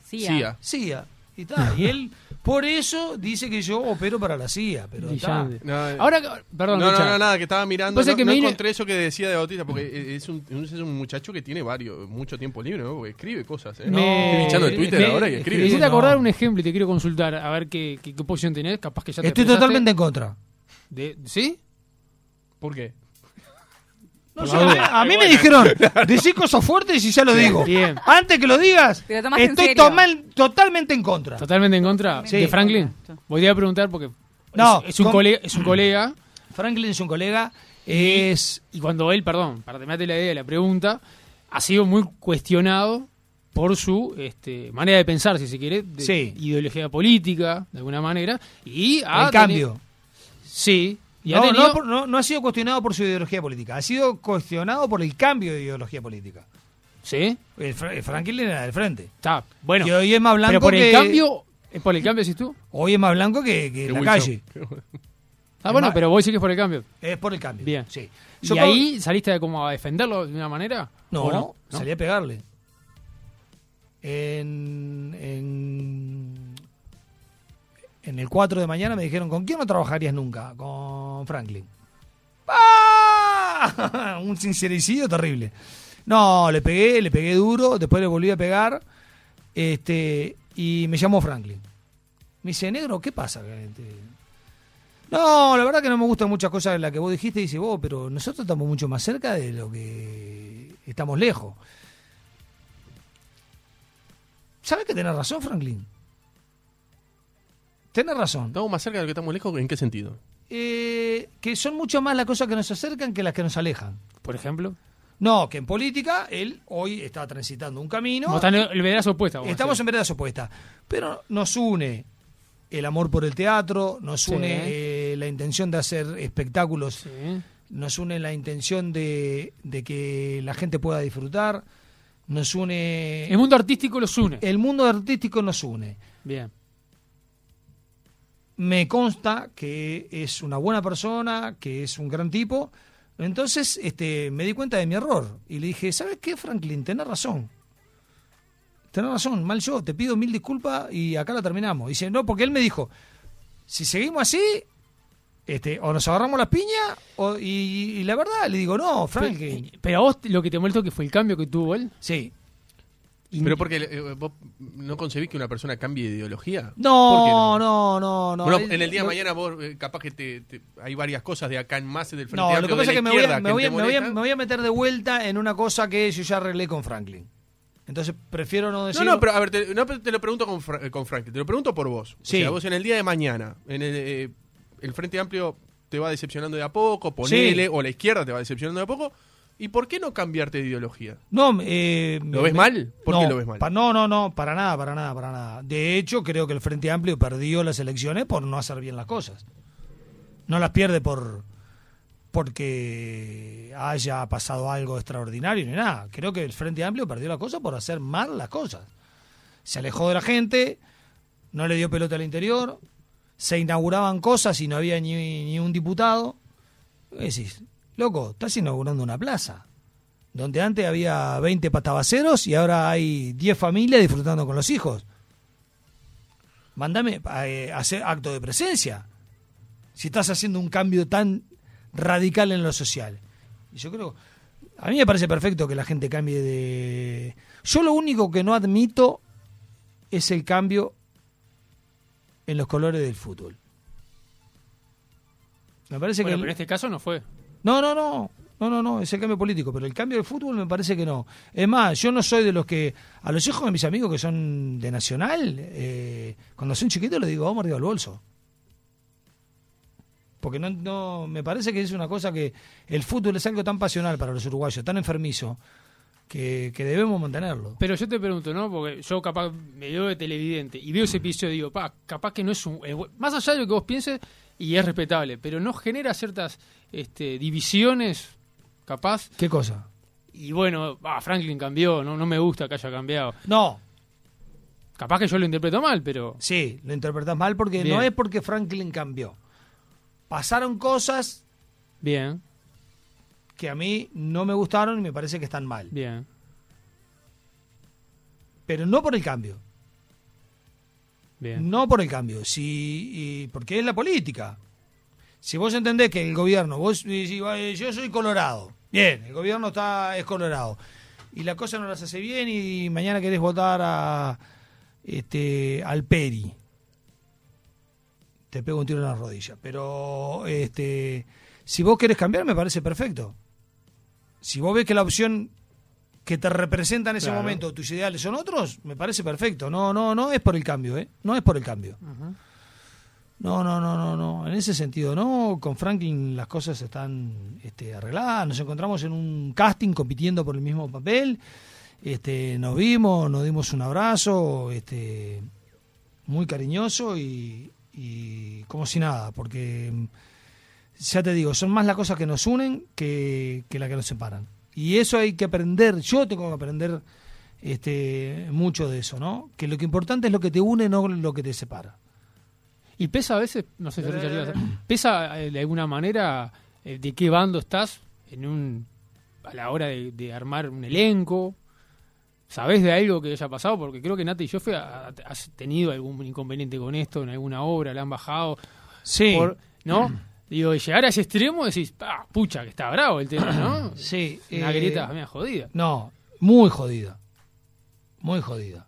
Speaker 6: CIA.
Speaker 1: CIA.
Speaker 3: CIA. Y, está. y él, por eso, dice que yo opero para la CIA. Pero está.
Speaker 2: Brillante.
Speaker 1: No, eh.
Speaker 2: Ahora, que- perdón,
Speaker 1: no, no,
Speaker 2: Lucha.
Speaker 1: no, nada, que estaba mirando.
Speaker 2: Pasa
Speaker 1: No,
Speaker 2: que
Speaker 1: no
Speaker 2: me vine-
Speaker 1: encontré eso que decía de Bautista, porque e, es un, es un muchacho que tiene varios, mucho tiempo libre, ¿no? Porque escribe cosas, ¿eh?
Speaker 2: Me-
Speaker 1: Estoy hinchando de Twitter
Speaker 2: me-
Speaker 1: ahora y
Speaker 2: me
Speaker 1: escribe.
Speaker 2: hiciste
Speaker 3: No.
Speaker 2: acordar un ejemplo y te quiero consultar a ver qué, qué, qué posición tenés. Capaz que ya te
Speaker 3: Estoy
Speaker 2: expresaste.
Speaker 3: totalmente en contra.
Speaker 2: De- ¿Sí?
Speaker 1: ¿Por qué?
Speaker 3: No
Speaker 2: Por
Speaker 3: sé,
Speaker 2: la
Speaker 3: a mí,
Speaker 2: duda.
Speaker 3: a mí me dijeron, decís cosas fuertes y ya lo digo.
Speaker 2: bien.
Speaker 3: Antes que lo digas,
Speaker 6: Te lo tomaste en
Speaker 3: estoy
Speaker 6: serio.
Speaker 3: tomal- totalmente en contra.
Speaker 2: Totalmente en contra
Speaker 3: Sí.
Speaker 2: de Franklin.
Speaker 6: Sí.
Speaker 2: Voy a preguntar porque
Speaker 3: No,
Speaker 2: es, es un
Speaker 3: con-
Speaker 2: colega, es un colega
Speaker 3: Franklin es un colega,
Speaker 2: eh,
Speaker 3: es
Speaker 2: y cuando él, perdón, para terminarte la idea de la pregunta, ha sido muy cuestionado por su este, manera de pensar, si se quiere, de
Speaker 3: Sí.
Speaker 2: ideología política, de alguna manera, y ha
Speaker 3: el
Speaker 2: teni-
Speaker 3: cambio.
Speaker 2: Sí. Y ha
Speaker 3: no,
Speaker 2: tenido-
Speaker 3: no, por- no- no ha sido cuestionado por su ideología política, ha sido cuestionado por el cambio de ideología política.
Speaker 2: Sí,
Speaker 3: El Fra- el Franklin era del frente.
Speaker 2: está, bueno.
Speaker 3: y hoy es más blanco
Speaker 2: Pero por
Speaker 3: que,
Speaker 2: el cambio, eh, por el cambio decís tú.
Speaker 3: Hoy es más blanco que, que
Speaker 1: Qué
Speaker 3: la
Speaker 1: Wilson.
Speaker 3: calle.
Speaker 2: Ah, bueno,
Speaker 3: más-
Speaker 2: pero vos decís que es por el cambio.
Speaker 3: Es por el cambio.
Speaker 2: Bien.
Speaker 3: Sí.
Speaker 2: ¿Y
Speaker 3: Yo creo-
Speaker 2: ahí saliste de como a defenderlo de una manera?
Speaker 3: No,
Speaker 2: ¿O ¿No?
Speaker 3: salí a pegarle. En, en, en el 4 de mañana me dijeron, ¿con quién no trabajarías nunca? Con Franklin. ¡Ah! Un sincericidio terrible. No, le pegué, le pegué duro, después le volví a pegar este, y me llamó Franklin. Me dice, negro, ¿qué pasa? Este, no, la verdad que no me gustan muchas cosas de las que vos dijiste. Dice, vos, pero nosotros estamos mucho más cerca de lo que estamos lejos. ¿Sabes que tenés razón, Franklin? Tenés razón.
Speaker 1: Estamos más cerca de lo que estamos lejos, ¿en qué sentido?
Speaker 3: Eh, que son mucho más las cosas que nos acercan que las que nos alejan.
Speaker 2: Por ejemplo.
Speaker 3: No, que en política él hoy está transitando un camino.
Speaker 2: Vos estás en el veraz opuesta. vos,
Speaker 3: Estamos
Speaker 2: sí.
Speaker 3: en veredas opuestas. Pero nos une el amor por el teatro, nos
Speaker 2: Sí.
Speaker 3: une eh, la intención de hacer espectáculos
Speaker 2: Sí.
Speaker 3: nos une la intención de, de que la gente pueda disfrutar, nos une...
Speaker 2: El mundo artístico los une.
Speaker 3: El mundo artístico nos une.
Speaker 2: Bien.
Speaker 3: Me consta que es una buena persona, que es un gran tipo. Entonces este, me di cuenta de mi error y le dije, ¿sabes qué, Franklin? Tenés razón. tenés razón, mal yo, te pido mil disculpas y acá la terminamos. Dice, no, porque él me dijo, si seguimos así, este, o nos agarramos las piñas, o- y, y la verdad, le digo, no, Frank,
Speaker 1: eh,
Speaker 3: que-
Speaker 2: eh, Pero, a vos lo que te molestó que fue el cambio que tuvo él.
Speaker 3: sí.
Speaker 1: Pero porque eh, vos no concebís que una persona cambie de ideología. ¿Por qué
Speaker 3: No, no, no, no.
Speaker 1: Bueno, en el día de
Speaker 3: Lo-
Speaker 1: mañana vos eh, capaz que te, te- hay varias cosas de acá en más del frente
Speaker 3: No, lo
Speaker 1: Amplio,
Speaker 3: que
Speaker 1: de
Speaker 3: pasa es
Speaker 1: la
Speaker 3: que me voy, a,
Speaker 1: izquierda
Speaker 3: me, voy a-
Speaker 1: te
Speaker 3: me voy a-
Speaker 1: molesta.
Speaker 3: me voy a meter de vuelta en una cosa que yo ya arreglé con Franklin. Entonces prefiero no
Speaker 1: No,
Speaker 3: decir.
Speaker 1: no, pero a ver, te, no, pero te lo pregunto con, Fra- eh, con Frank, te lo pregunto por vos.
Speaker 3: Sí.
Speaker 1: O sea, vos en el día de mañana, en el, eh, el Frente Amplio te va decepcionando de a poco, ponele, o la izquierda te va decepcionando de a poco. ¿Y por qué no cambiarte de ideología?
Speaker 3: No, eh,
Speaker 1: ¿Lo
Speaker 3: me-
Speaker 1: ves
Speaker 3: me-
Speaker 1: mal? ¿Por
Speaker 3: no,
Speaker 1: qué lo ves mal?
Speaker 3: pa- no, no, no, para nada, para nada, para nada. De hecho, creo que el Frente Amplio perdió las elecciones por no hacer bien las cosas. No las pierde por porque haya pasado algo extraordinario ni nada. Creo que el Frente Amplio perdió la cosa por hacer mal las cosas. Se alejó de la gente, no le dio pelota al interior, se inauguraban cosas y no había ni, ni un diputado. Y decís, loco, estás inaugurando una plaza donde antes había 20 patabaceros y ahora hay 10 familias disfrutando con los hijos. Mándame a hacer acto de presencia. Si estás haciendo un cambio tan radical en lo social. Y yo creo, a mí me parece perfecto que la gente cambie de... Yo lo único que no admito es el cambio en los colores del fútbol. Me parece
Speaker 2: Bueno,
Speaker 3: que...
Speaker 2: pero en este caso no fue.
Speaker 3: No, no, no. No, no, no, es el cambio político, pero el cambio del fútbol me parece que no. Es más, yo no soy de los que. A los hijos de mis amigos que son de Nacional, eh, cuando son chiquitos les digo, vamos arriba al bolso. Porque no, no. Me parece que es una cosa que. El fútbol es algo tan pasional para los uruguayos, tan enfermizo, que, que debemos mantenerlo.
Speaker 2: Pero yo te pregunto, ¿no? Porque yo capaz me veo de televidente y veo ese episodio y digo, pa, capaz que no es un... eh, más allá de lo que vos pienses, y es respetable, pero no genera ciertas este, divisiones, capaz.
Speaker 3: ¿Qué cosa?
Speaker 2: Y bueno, ah, Franklin cambió, no, no me gusta que haya cambiado.
Speaker 3: No,
Speaker 2: Capaz que yo lo interpreto mal, pero...
Speaker 3: Sí, lo interpretas mal porque
Speaker 2: Bien.
Speaker 3: no es porque Franklin cambió. Pasaron cosas
Speaker 2: Bien,
Speaker 3: que a mí no me gustaron y me parece que están mal.
Speaker 2: bien.
Speaker 3: pero no por el cambio.
Speaker 2: Bien.
Speaker 3: No por el cambio, si, y- porque es la política. Si vos entendés que el gobierno, vos decís, "Ay, eh, yo soy colorado, bien, el gobierno está es colorado, y la cosa no las hace bien y mañana querés votar a, este, al Peri, te pego un tiro en la rodilla. Pero este, si vos querés cambiar, me parece perfecto. Si vos ves que la opción que te representa en ese
Speaker 2: Claro.
Speaker 3: momento, tus ideales son otros, me parece perfecto. No, no, no es por el cambio, ¿eh? No es por el cambio. No, no, no, no, no. En ese sentido, no. Con Franklin las cosas están este, arregladas. Nos encontramos en un casting compitiendo por el mismo papel. Este, nos vimos, nos dimos un abrazo, este, muy cariñoso y, y como si nada, porque mm, ya te digo, son más las cosas que nos unen que, que las que nos separan. Y eso hay que aprender, yo tengo que aprender este, mucho de eso, ¿no? Que lo que importante es lo que te une, no lo que te separa.
Speaker 2: Y pesa a veces, no sé si Richard iba a hacer- pesa eh, de alguna manera eh, de qué bando estás en un a la hora de, de armar un elenco. ¿Sabés de algo que haya pasado? Porque creo que Nati y yo fue a- a- has tenido algún inconveniente con esto en alguna obra, la han bajado.
Speaker 3: Sí,
Speaker 2: por- ¿No? Digo, y llegar a ese extremo decís, ah, pucha, que está bravo el tema, ¿no?
Speaker 3: sí.
Speaker 2: Una
Speaker 3: eh,
Speaker 2: grieta media jodida.
Speaker 3: No, muy jodida. Muy jodida.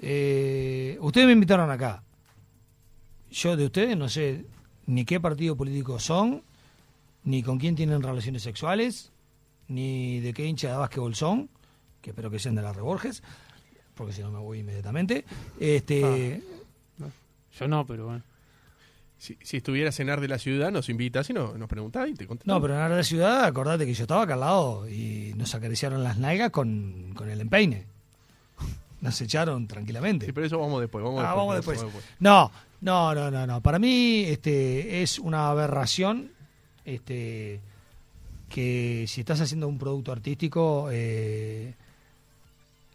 Speaker 3: Eh, ustedes me invitaron acá. Yo de ustedes no sé ni qué partido político son, ni con quién tienen relaciones sexuales, ni de qué hincha de básquetbol son, que espero que sean de las Reborges, porque si no me voy inmediatamente. Este,
Speaker 2: Yo no, pero bueno.
Speaker 1: Si, si estuviera a cenar de la ciudad, nos invitas y no, nos preguntás y te contestamos.
Speaker 3: No, pero en la Real ciudad, acordate que yo estaba acá al lado y nos acariciaron las nalgas con, con el empeine. Nos echaron tranquilamente.
Speaker 1: Sí, pero eso vamos después. Vamos
Speaker 3: Ah,
Speaker 1: después,
Speaker 3: vamos después. No, no, no, no, no. Para mí este, es una aberración este, que si estás haciendo un producto artístico, eh,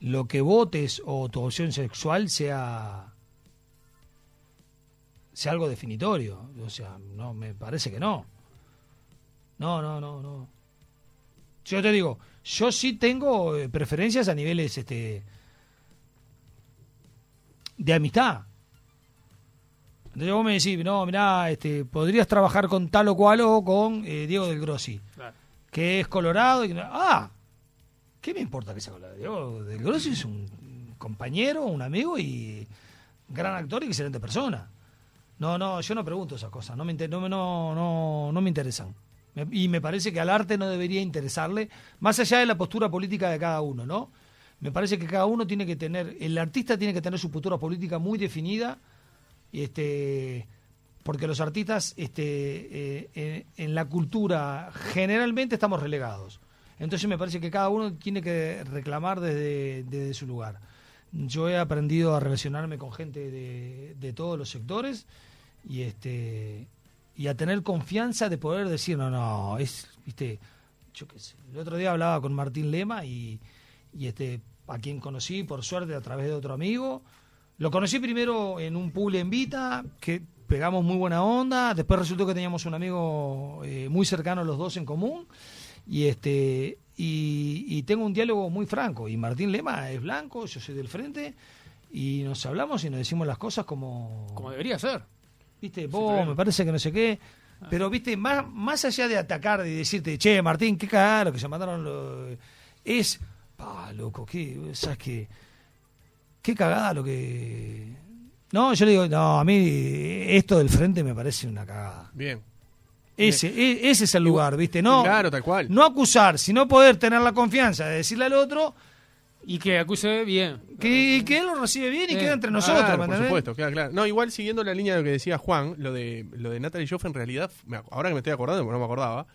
Speaker 3: lo que votes o tu opción sexual sea, sea algo definitorio. O sea, no, me parece que no. No, no, no, no. Yo te digo, yo sí tengo eh, preferencias a niveles este, de amistad. Entonces vos me decís, no, mirá, este, podrías trabajar con tal o cual o con eh, Diego del Grossi,
Speaker 2: Claro.
Speaker 3: que es colorado. Y, no- ah, ¿qué me importa que sea colorado? Diego del Grossi es un compañero, un amigo y gran actor y excelente persona. No, no, yo no pregunto esas cosas, no me, inter- no, me- no, no, no me interesan. Me- Y me parece que al arte no debería interesarle, más allá de la postura política de cada uno, ¿no? Me parece que cada uno tiene que tener, el artista tiene que tener su postura política muy definida, y este, porque los artistas este, eh, eh, en la cultura generalmente estamos relegados. Entonces me parece que cada uno tiene que reclamar desde, desde su lugar. Yo he aprendido a relacionarme con gente de, de todos los sectores y este y a tener confianza de poder decir no no es viste yo qué sé el otro día hablaba con Martín Lema y, y este a quien conocí por suerte a través de otro amigo lo conocí primero en un pool en Vita que pegamos muy buena onda después resultó que teníamos un amigo eh, muy cercano los dos en común y este y, y tengo un diálogo muy franco y Martín Lema es blanco yo soy del frente y nos hablamos y nos decimos las cosas
Speaker 2: Como debería ser.
Speaker 3: viste, vos,
Speaker 2: claro.
Speaker 3: me parece que no sé qué. Pero, viste, más, más allá de atacar y decirte, che, Martín, qué cagada lo que se mandaron los... Es, pa, loco, qué, ¿sabes qué? Qué cagada lo que... No, yo le digo, no, a mí esto del frente me parece una cagada.
Speaker 1: Bien.
Speaker 3: Ese, e- ese es el lugar, viste, no...
Speaker 1: Claro, tal cual.
Speaker 3: No acusar, sino poder tener la confianza de decirle al otro
Speaker 2: Y que acuse bien.
Speaker 3: que, que él lo recibe bien y
Speaker 2: Bien.
Speaker 3: queda entre nosotros,
Speaker 1: Claro,
Speaker 3: ¿me
Speaker 1: por
Speaker 3: Ah, entendés?
Speaker 1: supuesto, claro, claro. No, igual siguiendo la línea de lo que decía Juan, lo de, lo de Natalie Joff en realidad, me ac- ahora que me estoy acordando, porque no me acordaba,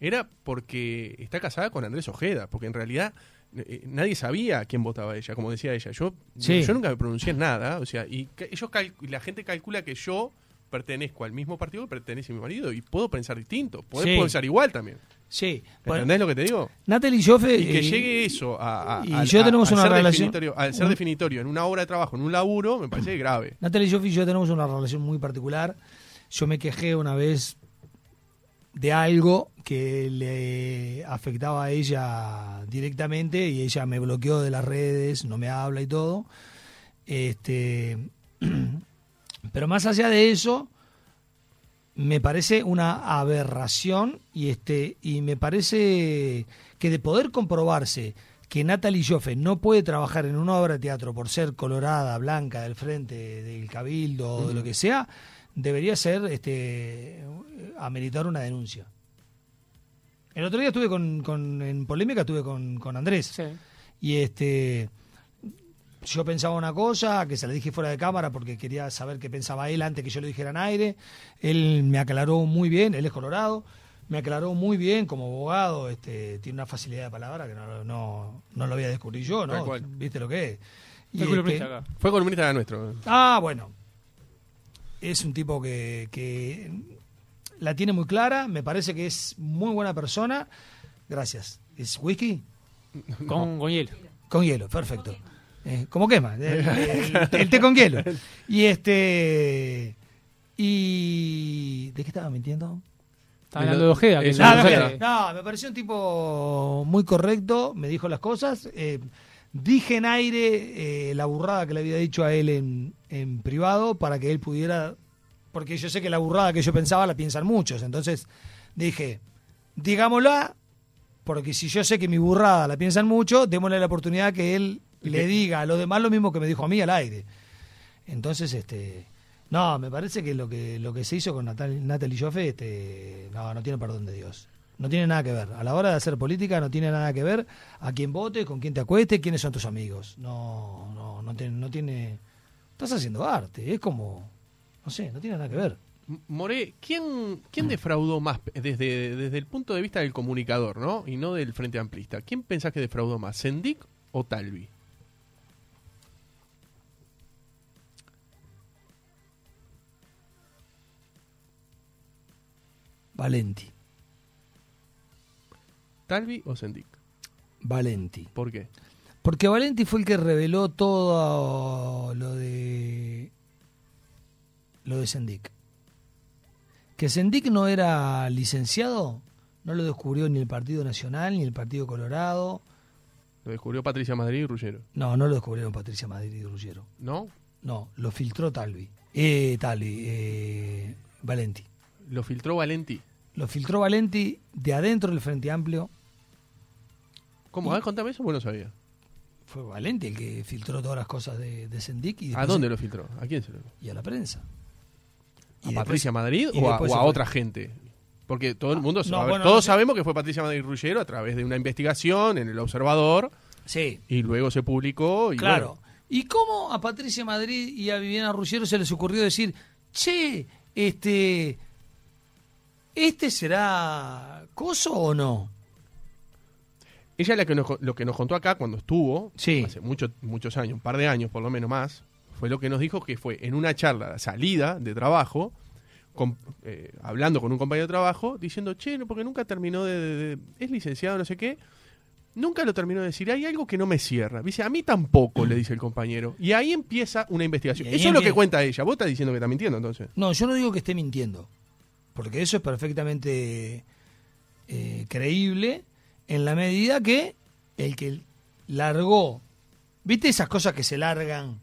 Speaker 1: era porque está casada con Andrés Ojeda, porque en realidad eh, nadie sabía quién votaba ella, como decía ella. Yo,
Speaker 3: Sí.
Speaker 1: yo nunca me pronuncié en nada, o sea, y ca- ellos cal- y la gente calcula que yo pertenezco al mismo partido que pertenece mi marido y puedo pensar distinto, podés
Speaker 3: Sí.
Speaker 1: pensar igual también.
Speaker 3: Sí, bueno,
Speaker 1: ¿Entendés lo que te digo?
Speaker 3: Natalie Joffe...
Speaker 1: Y que
Speaker 3: eh,
Speaker 1: llegue eso a, a-
Speaker 3: y
Speaker 1: al-
Speaker 3: yo
Speaker 1: a-
Speaker 3: tenemos
Speaker 1: al
Speaker 3: una
Speaker 1: ser
Speaker 3: relación-
Speaker 1: definitorio- al ser
Speaker 3: un-
Speaker 1: definitorio en una obra de trabajo, en un laburo, me parece grave.
Speaker 3: Natalie Joffe y yo tenemos una relación muy particular. Yo me quejé una vez de algo que le afectaba a ella directamente y ella me bloqueó de las redes, no me habla y todo. Este, pero más allá de eso, me parece una aberración y este y me parece que de poder comprobarse que Natalie Joffe no puede trabajar en una obra de teatro por ser colorada, blanca, del frente, del cabildo o de lo que sea, debería ser este ameritar una denuncia. El otro día estuve con, con- en polémica estuve con, con Andrés.
Speaker 2: Sí.
Speaker 3: Y este yo pensaba una cosa que se la dije fuera de cámara porque quería saber qué pensaba él antes que yo lo dijera en aire. Él me aclaró muy bien, él es colorado, me aclaró muy bien como abogado, este, tiene una facilidad de palabra que no, no, no lo voy a descubrir yo,
Speaker 1: Tal
Speaker 3: ¿no?
Speaker 1: cual.
Speaker 3: ¿Viste lo que es? Y
Speaker 2: Fue
Speaker 3: este-
Speaker 2: columnista acá.
Speaker 1: Fue columnista nuestro.
Speaker 3: Ah, bueno. Es un tipo que, que la tiene muy clara, me parece que es muy buena persona. Gracias. ¿Es whisky?
Speaker 2: Con, con hielo.
Speaker 3: Con hielo, perfecto. Eh, como quema, el, el- el té con hielo. Y este. Y. ¿De qué estaba mintiendo?
Speaker 2: Está hablando de Ojeda. Que
Speaker 1: Eh,
Speaker 2: es
Speaker 1: no,
Speaker 2: una
Speaker 3: Ah,
Speaker 1: no,
Speaker 2: cosa
Speaker 1: no,
Speaker 2: que-
Speaker 3: no, me pareció un tipo muy correcto, me dijo las cosas. eh, dije en aire eh, la burrada que le había dicho a él en, en privado para que él pudiera. Porque yo sé que la burrada que yo pensaba la piensan muchos. Entonces dije, digámosla, porque si yo sé que mi burrada la piensan mucho, démosle la oportunidad que él le diga a los demás lo mismo que me dijo a mí al aire. Entonces, este. No, me parece que lo que, lo que se hizo con Natal- Natalie Joffe, este, no, no tiene perdón de Dios. No tiene nada que ver. A la hora de hacer política no tiene nada que ver a quién votes, con quién te acuestes, quiénes son tus amigos. No, no, no tiene, no tiene. Estás haciendo arte, es como. No sé, no tiene nada que ver.
Speaker 1: M- More, ¿quién, quién defraudó más pe- desde, desde el punto de vista del comunicador, ¿no? Y no del Frente Amplista. ¿Quién pensás que defraudó más, Sendic o Talvi?
Speaker 3: Valenti,
Speaker 1: Talvi o Sendic.
Speaker 3: Valenti.
Speaker 1: ¿Por qué?
Speaker 3: Porque Valenti fue el que reveló todo lo de. Lo de Sendik. Que Sendik no era licenciado, no lo descubrió ni el Partido Nacional, ni el Partido Colorado.
Speaker 1: Lo descubrió Patricia Madrid y Ruggiero,
Speaker 3: No, no lo descubrieron Patricia Madrid y Ruggiero.
Speaker 1: ¿no?
Speaker 3: No, lo filtró Talvi. Eh, Talvi, eh, Valenti.
Speaker 1: Lo filtró Valenti.
Speaker 3: Lo filtró Valenti de adentro del Frente Amplio.
Speaker 1: ¿Cómo? A ver, contame eso, porque no sabía.
Speaker 3: Fue Valenti el que filtró todas las cosas de, de Sendic. Y
Speaker 1: ¿A
Speaker 3: después-
Speaker 1: dónde lo filtró? ¿A quién se lo
Speaker 3: Y a la prensa.
Speaker 1: ¿A
Speaker 3: Y
Speaker 1: Patricia
Speaker 3: después-
Speaker 1: Madrid
Speaker 3: y
Speaker 1: o a,
Speaker 3: después
Speaker 1: o
Speaker 3: se
Speaker 1: a
Speaker 3: fue. Ah,
Speaker 1: otra gente? Porque todo el mundo
Speaker 3: no,
Speaker 1: a ver,
Speaker 3: bueno,
Speaker 1: todos
Speaker 3: no sé.
Speaker 1: sabemos que fue Patricia Madrid Ruggiero a través de una investigación en El Observador
Speaker 3: Sí,
Speaker 1: y luego se publicó. Y
Speaker 3: claro.
Speaker 1: bueno,
Speaker 3: ¿Y cómo a Patricia Madrid y a Viviana Ruggiero se les ocurrió decir, che, este, este será coso o no?
Speaker 1: ella es la que nos, co- lo que nos contó acá cuando estuvo,
Speaker 3: Sí.
Speaker 1: hace mucho- muchos años, un par de años por lo menos más, fue lo que nos dijo que fue en una charla, la salida de trabajo, con- eh, hablando con un compañero de trabajo, diciendo, che, no, porque nunca terminó de, de- de- es licenciado, no sé qué. Nunca lo terminó de decir, hay algo que no me cierra. Dice, a mí tampoco, le dice el compañero. Y ahí empieza una investigación.
Speaker 3: Y
Speaker 1: Eso
Speaker 3: ahí
Speaker 1: es lo que
Speaker 3: empieza-
Speaker 1: cuenta ella. Vos estás diciendo que está mintiendo entonces.
Speaker 3: No, yo no digo que esté mintiendo, porque eso es perfectamente eh, creíble en la medida que el que largó, ¿viste esas cosas que se largan?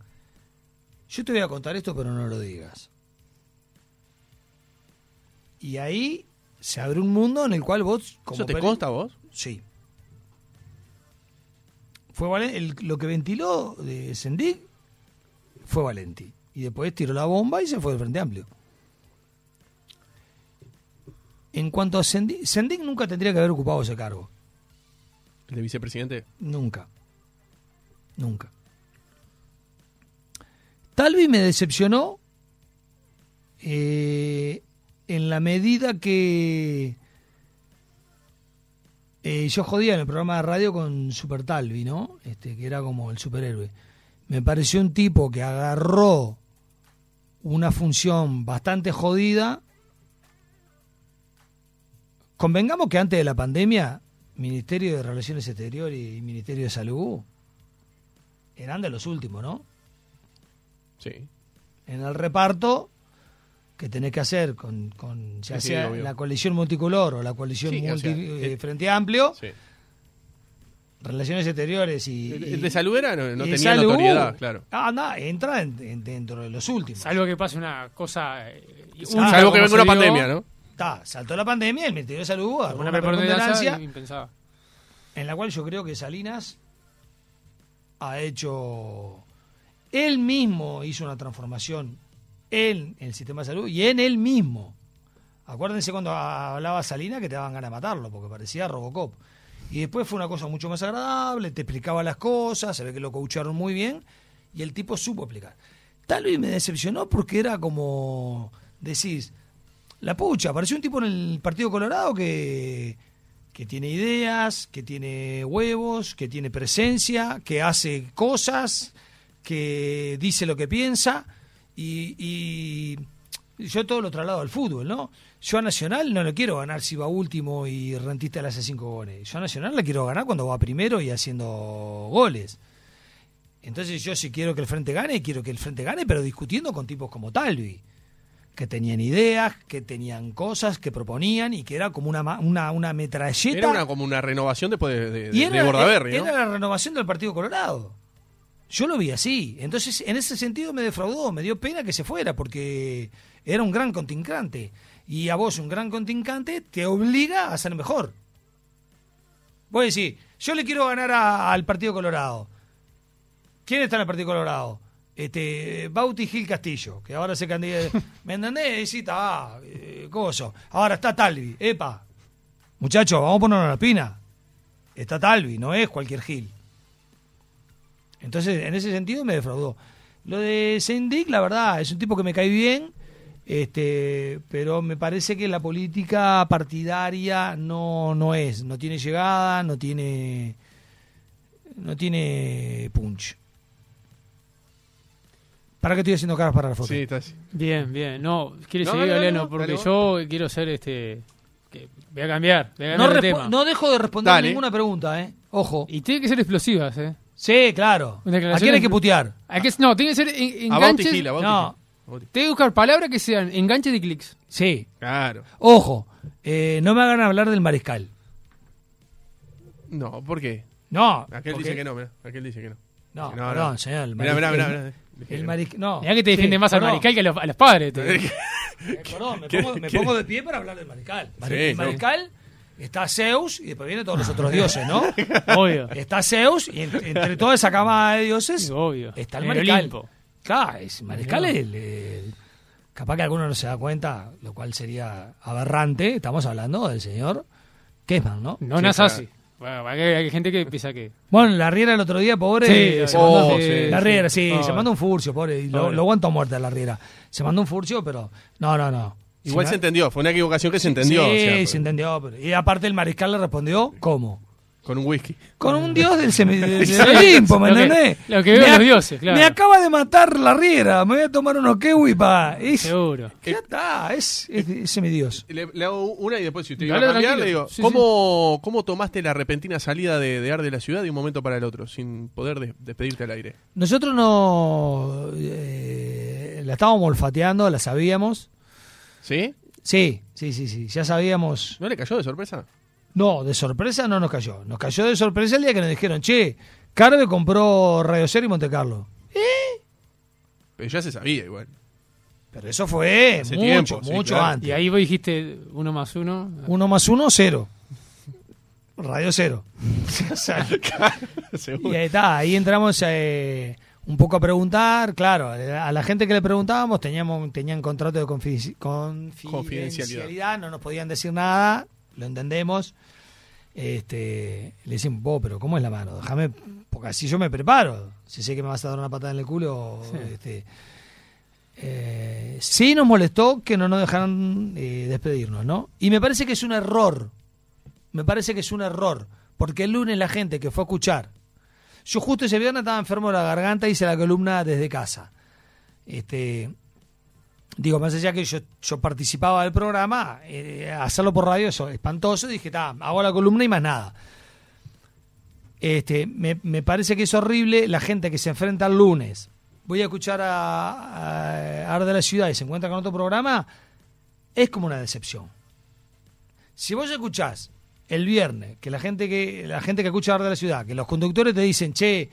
Speaker 3: Yo te voy a contar esto, pero no lo digas. Y ahí se abre un mundo en el cual vos... Como
Speaker 1: ¿Eso te
Speaker 3: peri-
Speaker 1: consta a vos?
Speaker 3: Sí. Fue Valen- el- lo que ventiló de Sendic fue Valenti. Y después tiró la bomba y se fue del Frente Amplio. En cuanto a Sendic, Sendic nunca tendría que haber ocupado ese cargo.
Speaker 1: ¿El de vicepresidente?
Speaker 3: Nunca. Nunca. Talvi me decepcionó eh, en la medida que eh, yo jodía en el programa de radio con Super Talvi, ¿no? Este, que era como el superhéroe. Me pareció un tipo que agarró una función bastante jodida. Convengamos que antes de la pandemia, Ministerio de Relaciones Exteriores y Ministerio de Salud eran de los últimos, ¿no?
Speaker 1: Sí.
Speaker 3: en el reparto que tenés que hacer con, con ya
Speaker 1: Sí, sí,
Speaker 3: sea
Speaker 1: obvio.
Speaker 3: la coalición multicolor o la coalición
Speaker 1: Sí, o
Speaker 3: multi-
Speaker 1: sea,
Speaker 3: eh,
Speaker 1: el-
Speaker 3: Frente Amplio,
Speaker 1: sí.
Speaker 3: relaciones exteriores y...
Speaker 1: El,
Speaker 3: y-
Speaker 1: el de salud era, no, no
Speaker 3: y
Speaker 1: tenía
Speaker 3: salud.
Speaker 1: notoriedad, claro.
Speaker 3: Ah, no, entra en- en- dentro de los últimos.
Speaker 2: Salvo que pase una cosa. eh,
Speaker 3: Ah,
Speaker 1: Salvo
Speaker 2: única,
Speaker 1: que
Speaker 2: como
Speaker 1: venga
Speaker 2: se
Speaker 1: una
Speaker 2: dio,
Speaker 1: pandemia, ¿no?
Speaker 3: Está, saltó la pandemia, el Ministerio de Salud agarró
Speaker 2: Una
Speaker 3: una preponderancia
Speaker 2: preponderancia impensada.
Speaker 3: en la cual yo creo que Salinas ha hecho... Él mismo hizo una transformación en el sistema de salud y en él mismo. Acuérdense cuando a- hablaba Salina que te daban ganas de matarlo, porque parecía Robocop. Y después fue una cosa mucho más agradable, te explicaba las cosas, se ve que lo coacharon muy bien, y el tipo supo explicar. Tal vez me decepcionó porque era como decís, la pucha, pareció un tipo en el Partido Colorado que, que tiene ideas, que tiene huevos, que tiene presencia, que hace cosas, que dice lo que piensa, y, y yo todo lo traslado al fútbol, ¿no? Yo a Nacional no lo quiero ganar si va último y Rentista le hace cinco goles. Yo a Nacional la quiero ganar cuando va primero y haciendo goles. Entonces yo si quiero que el Frente gane, quiero que el Frente gane, pero discutiendo con tipos como Talvi, que tenían ideas, que tenían cosas, que proponían y que era como una, ma- una, una metralleta.
Speaker 1: Era una, como una renovación después de, de,
Speaker 3: Y
Speaker 1: de- de Bordaberry, ¿no?
Speaker 3: era la renovación del Partido Colorado. Yo lo vi así. Entonces, en ese sentido me defraudó, me dio pena que se fuera, porque era un gran contrincante. Y a vos, un gran contrincante, te obliga a ser mejor. Vos decís, yo le quiero ganar a- al Partido Colorado. ¿Quién está en el Partido Colorado? Este, Bauti Gil Castillo, que ahora se candidata. ¿Me entendés? Decís, está, eh, coso. Ahora está Talvi. Epa. Muchachos, vamos a ponernos la espina está Talvi, no es cualquier Gil. Entonces, en ese sentido me defraudó. Lo de Sendik, la verdad, es un tipo que me cae bien, este, pero me parece que la política partidaria no, no es, no tiene llegada, no tiene, no tiene punch. ¿Para qué estoy haciendo caras para la foto?
Speaker 1: Sí, está así.
Speaker 2: Bien, bien. No, quiere
Speaker 1: No,
Speaker 2: seguir,
Speaker 1: no, no,
Speaker 2: Galeano,
Speaker 1: no,
Speaker 2: porque
Speaker 1: dale
Speaker 2: yo quiero ser este. que- voy a cambiar, voy a
Speaker 3: no,
Speaker 2: cambiar de
Speaker 3: respo-
Speaker 2: tema.
Speaker 3: no dejo de responder
Speaker 1: Dale.
Speaker 3: ninguna pregunta, ¿eh? Ojo.
Speaker 2: Y tiene que ser explosivas, ¿eh?
Speaker 3: Sí, claro. ¿A quién hay que putear?
Speaker 2: Hay que- no, tiene que ser en-
Speaker 1: A Bauti
Speaker 2: enganches.
Speaker 1: Gil, a Bauti
Speaker 3: No.
Speaker 1: Gil. A Bauti.
Speaker 2: Tiene que buscar palabras que sean enganches de clics.
Speaker 3: Sí.
Speaker 1: Claro.
Speaker 3: Ojo, eh, no me hagan hablar del mariscal.
Speaker 1: No, ¿por qué?
Speaker 3: No.
Speaker 1: Aquel
Speaker 3: porque-
Speaker 1: dice que no, mirá. Aquel dice que no.
Speaker 3: No,
Speaker 1: Dice,
Speaker 3: perdón, señor, el
Speaker 1: Mirá, mirá,
Speaker 3: mariscal-
Speaker 1: mirá, mirá.
Speaker 3: El maric... No.
Speaker 2: Mirá que te defiende
Speaker 3: Sí,
Speaker 2: más al
Speaker 3: no, no.
Speaker 2: mariscal que a los, a los padres. te-
Speaker 3: Eh, perdón, me,
Speaker 1: ¿Qué-
Speaker 3: pongo, me
Speaker 1: qué-
Speaker 3: pongo de pie para hablar del mariscal. Mari-
Speaker 1: Sí,
Speaker 3: el mariscal está Zeus y después vienen todos los otros dioses, ¿no?
Speaker 2: Obvio.
Speaker 3: Está Zeus y en- entre toda esa camada de dioses
Speaker 2: Obvio.
Speaker 3: está el
Speaker 2: En el
Speaker 3: mariscal.
Speaker 2: Olimpo.
Speaker 3: claro, es, mariscal
Speaker 2: Señor.
Speaker 3: es el, el- Capaz que alguno no se da cuenta, lo cual sería aberrante. Estamos hablando del señor Kessman, ¿no?
Speaker 2: No
Speaker 1: Sí,
Speaker 2: Nasasi.
Speaker 1: está.
Speaker 2: Bueno, para que- hay gente que piensa que.
Speaker 3: Bueno, la Riera el otro día, pobre.
Speaker 2: Sí,
Speaker 3: eh, se
Speaker 1: oh,
Speaker 3: mandó-
Speaker 1: sí,
Speaker 3: la
Speaker 1: sí.
Speaker 3: Riera, sí, Oh,
Speaker 2: Pobre.
Speaker 3: se mandó un furcio, pobre. y lo,
Speaker 2: Pobre.
Speaker 3: lo aguanto a muerte a la Riera. Se mandó un furcio, pero. No, no, no.
Speaker 1: Igual
Speaker 3: Si
Speaker 1: se
Speaker 3: no-
Speaker 1: entendió, fue una equivocación que se entendió.
Speaker 3: Sí,
Speaker 1: o sea,
Speaker 3: se entendió. pero- Y aparte el mariscal le respondió, ¿cómo?
Speaker 1: Con un whisky.
Speaker 3: Con un dios del, semi- del
Speaker 2: Sí,
Speaker 3: Olimpo, ¿me
Speaker 2: lo que-
Speaker 3: entendés?
Speaker 2: lo que veo
Speaker 3: Me
Speaker 2: los
Speaker 3: ac-
Speaker 2: dioses, claro.
Speaker 3: Me acaba de matar la riera, me voy a tomar unos kiwi pa. Es,
Speaker 2: Seguro.
Speaker 3: ya está, es, es, es semidios.
Speaker 1: Le, le hago una y después, si usted
Speaker 2: Dale,
Speaker 1: iba a cambiar,
Speaker 2: tranquilo.
Speaker 1: le digo:
Speaker 2: Sí,
Speaker 1: ¿cómo, ¿Cómo tomaste la repentina salida de, de Ar de la ciudad de un momento para el otro, sin poder des- despedirte al aire?
Speaker 3: Nosotros no... eh, la estábamos olfateando, la sabíamos.
Speaker 1: ¿Sí?
Speaker 3: Sí, sí, sí, sí, ya sabíamos.
Speaker 1: ¿No le cayó de sorpresa?
Speaker 3: No, de sorpresa no nos cayó. Nos cayó de sorpresa el día que nos dijeron, che, Carve compró Radio Ser y Monte Carlo.
Speaker 1: Pero ya se sabía igual.
Speaker 3: Pero eso fue
Speaker 1: Hace
Speaker 3: mucho,
Speaker 1: tiempo, sí,
Speaker 3: mucho
Speaker 1: claro.
Speaker 3: antes.
Speaker 2: Y ahí vos dijiste uno más uno.
Speaker 3: Uno más uno, cero. Radio cero. O sea, y
Speaker 1: Seguro.
Speaker 3: ahí está, ahí entramos eh, un poco a preguntar, claro, a la gente que le preguntábamos teníamos, tenían contrato de confi- confidencialidad,
Speaker 1: Confidencialidad.
Speaker 3: no nos podían decir nada, lo entendemos. Este, le decimos, vos, pero ¿cómo es la mano? Déjame, porque así yo me preparo. Si sé que me vas a dar una patada en el culo, este, eh, sí nos molestó que no nos dejaran eh, despedirnos, ¿no? Y me parece que es un error. Me parece que es un error. Porque el lunes la gente que fue a escuchar. Yo justo ese viernes estaba enfermo de la garganta hice la columna desde casa. Este. Digo, más allá que yo, yo participaba del programa, eh, hacerlo por radio eso es espantoso. Dije, "Ta, hago la columna y más nada. Este, me, me parece que es horrible la gente que se enfrenta al lunes. Voy a escuchar a, a Ar de la Ciudad y se encuentra con otro programa. Es como una decepción. Si vos escuchás el viernes que la gente que la gente que escucha Ar de la Ciudad, que los conductores te dicen, che,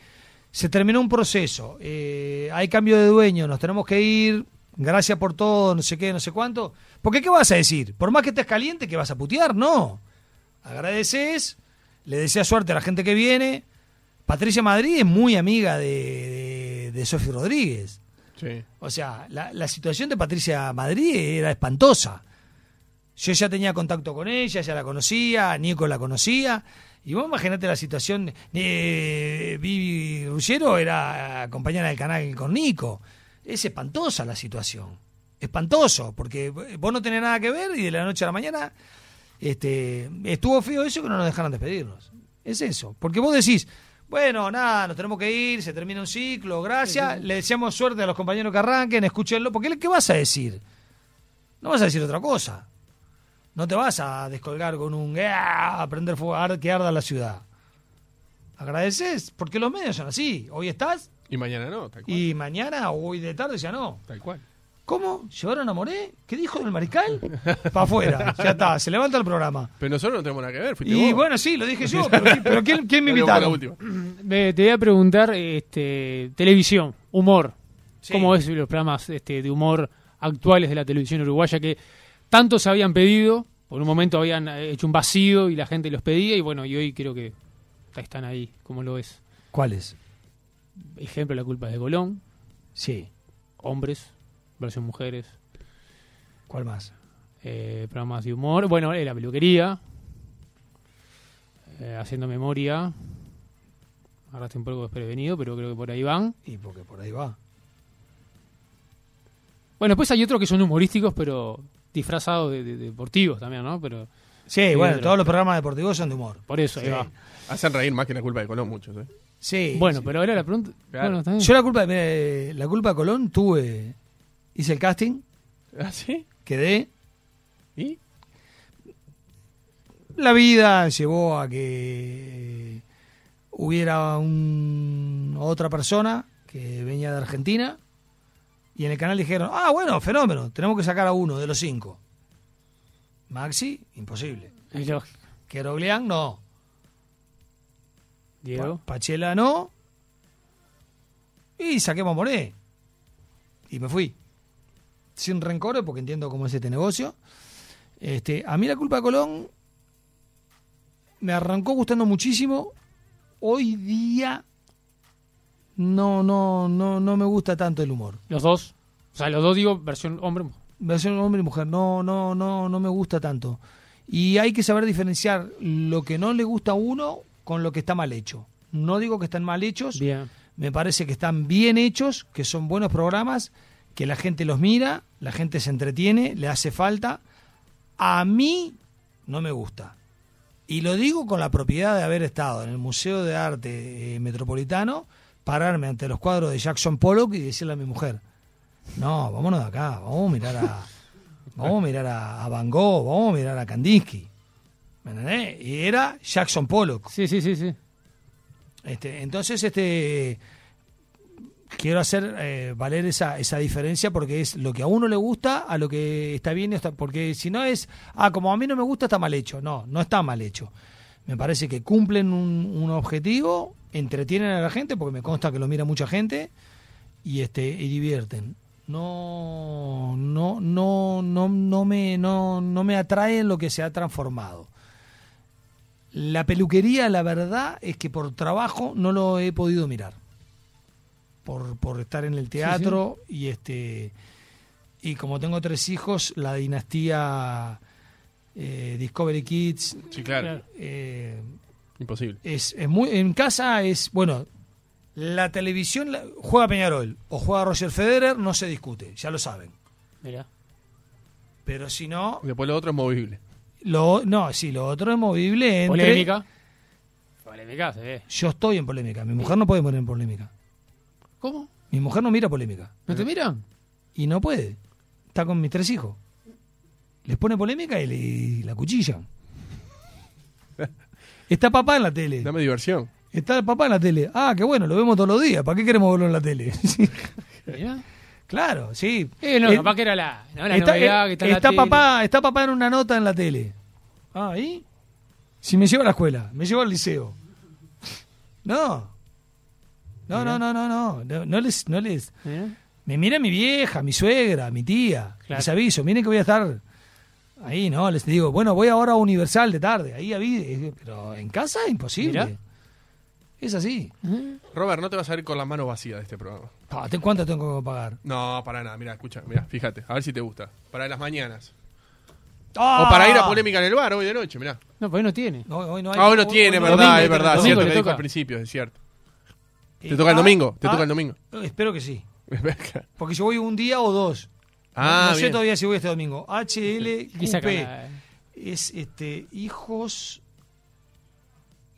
Speaker 3: se terminó un proceso, eh, hay cambio de dueño, nos tenemos que ir, gracias por todo, no sé qué, no sé cuánto. Porque qué vas a decir? Por más que estés caliente, que vas a putear, no. Agradeces, le deseas suerte a la gente que viene. Patricia Madrid es muy amiga de, de, de Sofi Rodríguez.
Speaker 1: Sí.
Speaker 3: O sea, la, la situación de Patricia Madrid era espantosa. Yo ya tenía contacto con ella, ya la conocía, Nico la conocía. Y vos imaginate la situación. eh, Vivi Ruggiero era compañera del canal con Nico. Es espantosa la situación. Espantoso, porque vos no tenés nada que ver y de la noche a la mañana este, estuvo feo eso que no nos dejaron despedirnos. Es eso. Porque vos decís, bueno, nada, nos tenemos que ir, se termina un ciclo, gracias. Le deseamos suerte a los compañeros que arranquen, escúchenlo. Porque ¿qué vas a decir? No vas a decir otra cosa. No te vas a descolgar con un "Ah", a prender fuego, ar- que arda la ciudad. Agradeces, porque los medios son así. Hoy estás
Speaker 1: Y mañana no, tal cual.
Speaker 3: y mañana o hoy de tarde ya no.
Speaker 1: Tal cual.
Speaker 3: ¿Cómo? ¿Llevaron a Moré? ¿Qué dijo del mariscal? Para afuera, ya está, se levanta el programa.
Speaker 1: Pero nosotros no tenemos nada que ver, fuiste
Speaker 3: Y
Speaker 1: vos.
Speaker 3: bueno, sí, lo dije yo, pero, ¿qui- pero ¿quién, quién me
Speaker 1: Dale, vos con la
Speaker 3: invitaron?
Speaker 1: última.
Speaker 2: Me- te voy a preguntar: este, televisión, humor.
Speaker 3: Sí.
Speaker 2: ¿Cómo ves los programas este, de humor actuales de la televisión uruguaya que tantos habían pedido? Por un momento habían eh, hecho un vacío y la gente los pedía, y bueno, y hoy creo que están ahí, como lo es.
Speaker 3: ¿Cuál es?
Speaker 2: Ejemplo, la culpa es de Colón,
Speaker 3: Sí,
Speaker 2: hombres versus mujeres,
Speaker 3: ¿cuál más?
Speaker 2: eh, programas de humor. Bueno, eh, la peluquería, eh, haciendo memoria. Ahora estoy un poco desprevenido, pero creo que por ahí van.
Speaker 3: Y porque por ahí va.
Speaker 2: Bueno, después hay otros que son humorísticos, pero disfrazados de, de- de deportivos también, ¿no? Pero
Speaker 3: Sí,
Speaker 2: Sí,
Speaker 3: bueno,
Speaker 2: otro.
Speaker 3: todos los programas deportivos son de humor.
Speaker 2: por eso, ahí
Speaker 3: Sí.
Speaker 2: va.
Speaker 1: Hacen reír más que la culpa de Colón muchos, ¿eh?
Speaker 3: Sí.
Speaker 2: Bueno,
Speaker 3: sí.
Speaker 2: pero ahora la pregunta.
Speaker 1: Claro.
Speaker 2: Bueno, está bien.
Speaker 3: Yo la culpa, mira, eh, la culpa de Colón tuve. Hice el casting,
Speaker 1: ¿Ah, sí?
Speaker 3: quedé.
Speaker 1: ¿Y?
Speaker 3: La vida llevó a que eh, hubiera un, otra persona que venía de Argentina y en el canal dijeron, ah, bueno, fenómeno, tenemos que sacar a uno de los cinco. Maxi, imposible.
Speaker 2: Es lógico.
Speaker 3: Queroglián, no.
Speaker 2: Diego.
Speaker 3: Pachela, no. Y saquemos a Moré. y me fui. Sin rencores, porque entiendo cómo es este negocio. Este, a mí la culpa de Colón me arrancó gustando muchísimo. Hoy día no, no, no, no me gusta tanto el humor.
Speaker 2: Los dos. O sea, los dos digo versión hombre. mujer.
Speaker 3: Versión hombre y mujer, no, no, no, no me gusta tanto. Y hay que saber diferenciar lo que no le gusta a uno con lo que está mal hecho. No digo que están mal hechos,
Speaker 2: Bien.
Speaker 3: me parece que están bien hechos, que son buenos programas, que la gente los mira, la gente se entretiene, le hace falta. A mí no me gusta. Y lo digo con la propiedad de haber estado en el Museo de Arte eh, Metropolitano, pararme ante los cuadros de Jackson Pollock y decirle a mi mujer, no, vámonos de acá, vamos a mirar a, vamos a, mirar a, a Van Gogh, vamos a mirar a Kandinsky. ¿Me entendés? Y era Jackson Pollock.
Speaker 2: Sí, sí, sí, sí.
Speaker 3: Este, entonces, este quiero hacer eh, valer esa, esa diferencia porque es lo que a uno le gusta a lo que está bien, está- porque si no es, ah, como a mí no me gusta, está mal hecho. No, no está mal hecho. Me parece que cumplen un, un objetivo, entretienen a la gente, porque me consta que lo mira mucha gente, y este y divierten. No, no, no, no, no me, no, no me atrae lo que se ha transformado. La peluquería, la verdad, es que por trabajo no lo he podido mirar. Por, por estar en el teatro y este y como tengo tres hijos, la dinastía eh, Discovery Kids
Speaker 1: Sí, claro.
Speaker 2: Claro.
Speaker 3: eh,
Speaker 1: Imposible.
Speaker 3: es, es muy en casa es bueno la televisión la- juega Peñarol o juega Roger Federer no se discute ya lo saben
Speaker 2: Mirá.
Speaker 3: pero si no
Speaker 1: Después lo otro es movible.
Speaker 3: lo no si lo otro es movible entre-
Speaker 2: Polémica. Polémica, se ve.
Speaker 3: yo estoy en polémica mi mujer no puede poner en polémica
Speaker 2: ¿Cómo?
Speaker 3: mi mujer no mira polémica
Speaker 2: ¿No te miran?
Speaker 3: y no puede está con mis tres hijos les pone polémica y, le, y la cuchillan está papá en la tele
Speaker 1: Dame diversión.
Speaker 3: está el papá en la tele ah qué bueno lo vemos todos los días para qué queremos verlo en la tele Sí.
Speaker 2: Mirá.
Speaker 3: Claro, sí.
Speaker 2: Eh, no,
Speaker 3: El-
Speaker 2: capaz que era la, no, la
Speaker 3: está,
Speaker 2: novedad
Speaker 3: eh,
Speaker 2: que está en la
Speaker 3: está
Speaker 2: tele.
Speaker 3: papá, está papá en una nota en la tele. Ah, ¿y? Si me lleva a la escuela, me lleva al liceo. No. No, no, no, no, no. No, no les, no les.
Speaker 2: Mirá.
Speaker 3: Me mira mi vieja, mi suegra, mi tía.
Speaker 2: Claro.
Speaker 3: Les aviso, miren que voy a estar ahí, ¿no? Les digo, bueno, voy ahora a Universal de tarde, ahí a vi- eh, Pero en casa imposible.
Speaker 2: Mirá.
Speaker 3: Es así.
Speaker 1: Robert, no te vas a ir con las manos vacías de este programa.
Speaker 3: Ah, ¿te- ¿Cuánto tengo que pagar?
Speaker 1: No, para nada. Mira, escucha, mira, fíjate. A ver si te gusta. Para las mañanas.
Speaker 3: Ah.
Speaker 1: O para ir a polémica en el bar hoy de noche, mirá.
Speaker 2: No, pues no tiene.
Speaker 3: No, hoy no hay-
Speaker 1: Ah, hoy no
Speaker 3: hoy-
Speaker 1: tiene,
Speaker 3: hoy
Speaker 1: verdad,
Speaker 2: domingo,
Speaker 1: es verdad.
Speaker 2: domingo
Speaker 1: cierto
Speaker 2: le
Speaker 1: que dijo
Speaker 2: toca.
Speaker 1: al principio, es cierto.
Speaker 3: Eh,
Speaker 1: Te toca el
Speaker 3: ah,
Speaker 1: domingo, te
Speaker 3: ah,
Speaker 1: toca el domingo.
Speaker 3: Espero que sí. Porque yo voy un día o dos.
Speaker 1: ah,
Speaker 3: no sé
Speaker 1: bien.
Speaker 3: todavía si voy este domingo.
Speaker 2: ¿Qué saca
Speaker 3: HLQP
Speaker 2: la-
Speaker 3: es este hijos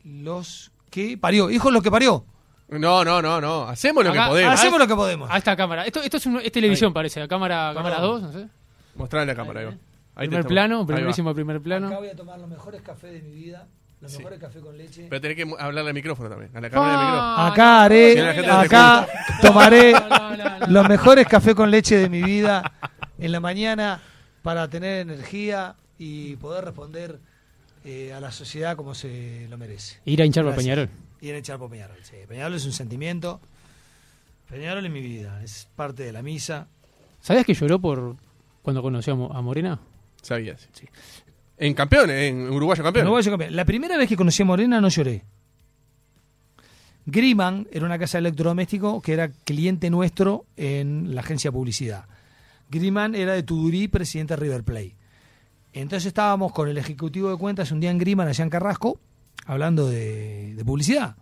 Speaker 3: los que parió, hijos los que parió.
Speaker 1: No, no, no, no. Hacemos lo
Speaker 2: Acá-
Speaker 1: que podemos.
Speaker 3: Hacemos lo que podemos.
Speaker 1: Ah,
Speaker 2: A Ah, esta cámara. Esto, esto es, un- es televisión, parece. La cámara, cámara 2, no sé.
Speaker 1: Mostrarle la cámara, ahí va. Ahí te
Speaker 2: Primer
Speaker 1: estamos. Ahí
Speaker 2: plano,
Speaker 1: va.
Speaker 2: primerísimo primer
Speaker 3: Acá
Speaker 2: plano.
Speaker 3: voy a tomar los mejores cafés de mi vida, los mejores cafés con leche.
Speaker 1: Pero tenés que mu- hablarle al micrófono también, a la cámara del micrófono.
Speaker 3: Acá
Speaker 1: Si
Speaker 3: haré,
Speaker 1: la gente no te
Speaker 3: acá tomaré
Speaker 2: No, no, no, no.
Speaker 3: los mejores cafés con leche de mi vida en la mañana para tener energía y poder responder eh, a la sociedad como se lo merece.
Speaker 2: Ir a hinchar por
Speaker 3: Gracias.
Speaker 2: Peñarol.
Speaker 3: Y en echar por Peñarol. sí. Peñarol es un sentimiento. Peñarol es mi vida, es parte de la misa.
Speaker 2: ¿Sabías que lloró por cuando conoció a Mo- a Morena?
Speaker 1: Sabías. En campeones, en uruguayo campeón.
Speaker 3: No voy a ser campeón. La primera vez que conocí a Morena no lloré. Griman era una casa de electrodoméstico que era cliente nuestro en la agencia de publicidad. Griman era de Tudurí, presidente de River Play. Entonces estábamos con el ejecutivo de cuentas un día en Griman, allá en Carrasco, hablando de, de publicidad.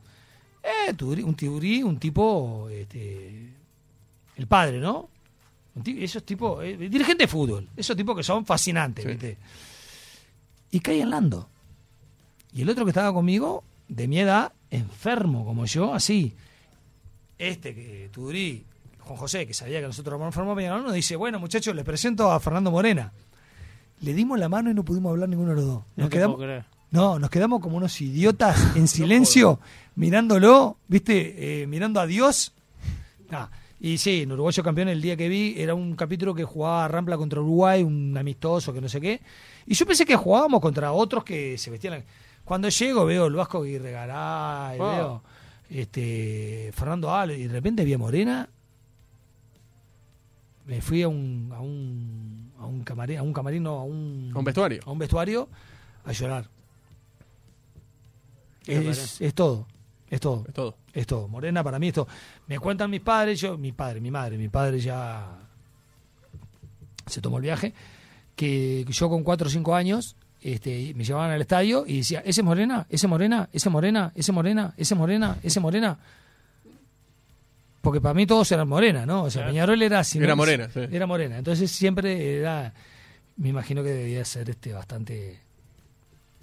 Speaker 3: Eh, Tudurí- un Tudurí, un tipo, este, el padre, ¿no? Un ti- Esos tipos, eh, dirigente de fútbol, esos tipos que son fascinantes,
Speaker 1: Sí.
Speaker 3: ¿viste? y cae en Lando. Y el otro que estaba conmigo, de mi edad, enfermo como yo, así. Este que Tudurí, Juan José, que sabía que nosotros éramos enfermos, Peñarol, nos dice, bueno muchachos, les presento a Fernando Morena. Le dimos la mano y no pudimos hablar ninguno de los dos. Nos
Speaker 2: te
Speaker 3: quedamos,
Speaker 2: puedo creer.
Speaker 3: no, nos quedamos como unos idiotas en silencio, mirándolo, ¿viste? Eh, mirando a Dios. Nah, Y sí, en Uruguayo Campeón el día que vi era un capítulo que jugaba Rampla contra Uruguay, un amistoso que no sé qué. Y yo pensé que jugábamos contra otros que se vestían. la- Cuando llego veo el Vasco y Regalá,
Speaker 1: Ah.
Speaker 3: veo este, Fernando Alo, y de repente vi a Morena eh, fui a un, a un, a un camarín, a un camarín, no, a un,
Speaker 1: A un vestuario.
Speaker 3: a un vestuario a llorar.
Speaker 2: Qué
Speaker 3: Es, es todo, es todo,
Speaker 1: Es todo.
Speaker 3: es todo. Morena para mí es todo. Me cuentan mis padres, yo, mi padre, mi madre, mi padre ya se tomó el viaje, que yo con cuatro o cinco años este, me llevaban al estadio y decía, ese es Morena, ese es Morena, ese es Morena, ese es Morena, ese es Morena, ese es Morena. Porque para mí todos eran Morena, ¿no? O sea, Peñarol era... sin-
Speaker 1: Era Morena, sí.
Speaker 3: Era Morena. Entonces siempre era... Me imagino que debía ser este bastante...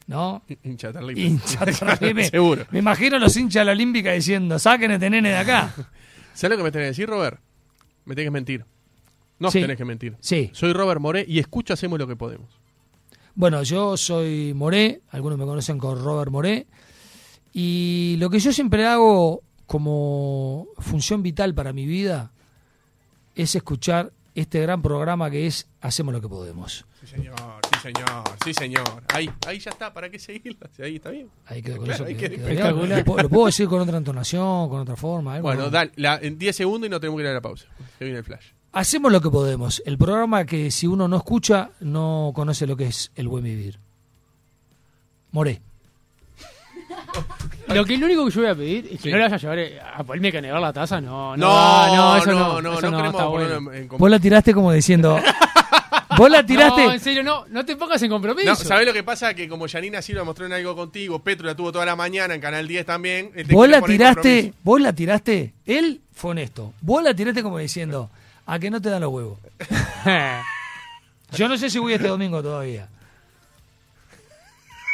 Speaker 3: ¿No?
Speaker 1: Hincha terrible.
Speaker 3: Hincha terrible.
Speaker 1: Seguro.
Speaker 3: Me imagino los hinchas de la Olímpica diciendo, saquen este nene de acá.
Speaker 1: ¿Sabes lo que me tenés que decir, Robert? Me tenés que mentir. No
Speaker 3: Sí.
Speaker 1: tenés que mentir.
Speaker 3: Sí.
Speaker 1: Soy Robert Moré y escucho Hacemos lo que podemos.
Speaker 3: Bueno, yo soy Moré, algunos me conocen con Robert Moré, y lo que yo siempre hago como función vital para mi vida es escuchar este gran programa que es Hacemos lo que podemos.
Speaker 1: Sí, señor. Sí, señor. Sí, señor. Ahí, ahí ya está. ¿Para qué seguirla? Si ahí está bien.
Speaker 3: Ahí quedó con
Speaker 1: Claro,
Speaker 3: eso.
Speaker 1: ahí
Speaker 3: que-
Speaker 1: quedó.
Speaker 3: quedó claro.
Speaker 2: Espectacular.
Speaker 3: Lo puedo- Lo puedo decir con otra entonación, con otra forma. algo.
Speaker 1: Bueno, dale, la- en 10 segundos y no tenemos que ir a la pausa. Que viene el flash.
Speaker 3: Hacemos lo que podemos. El programa que si uno no escucha, no conoce lo que es el buen vivir. Moré.
Speaker 2: Lo que lo único que yo voy a pedir es que no le vayas a llevar eh, a ponerme a negar la taza. No, no, no, eso no,
Speaker 1: no,
Speaker 2: eso no,
Speaker 1: queremos
Speaker 2: está
Speaker 1: ponerlo
Speaker 2: bueno.
Speaker 1: en- en
Speaker 3: Vos la tiraste como diciendo... Vos la tiraste...
Speaker 2: No, en serio, no, no te pongas en compromiso.
Speaker 1: No, ¿sabés lo que pasa? Que como Yanina Silva mostró en algo contigo, Petro la tuvo toda la mañana en Canal 10 también. él te
Speaker 3: Vos
Speaker 1: quiere
Speaker 3: la
Speaker 1: poner en
Speaker 3: tiraste,
Speaker 1: compromiso.
Speaker 3: vos la tiraste, él fue honesto. Vos la tiraste como diciendo, a que no te dan los huevos. Yo no sé si voy este domingo todavía.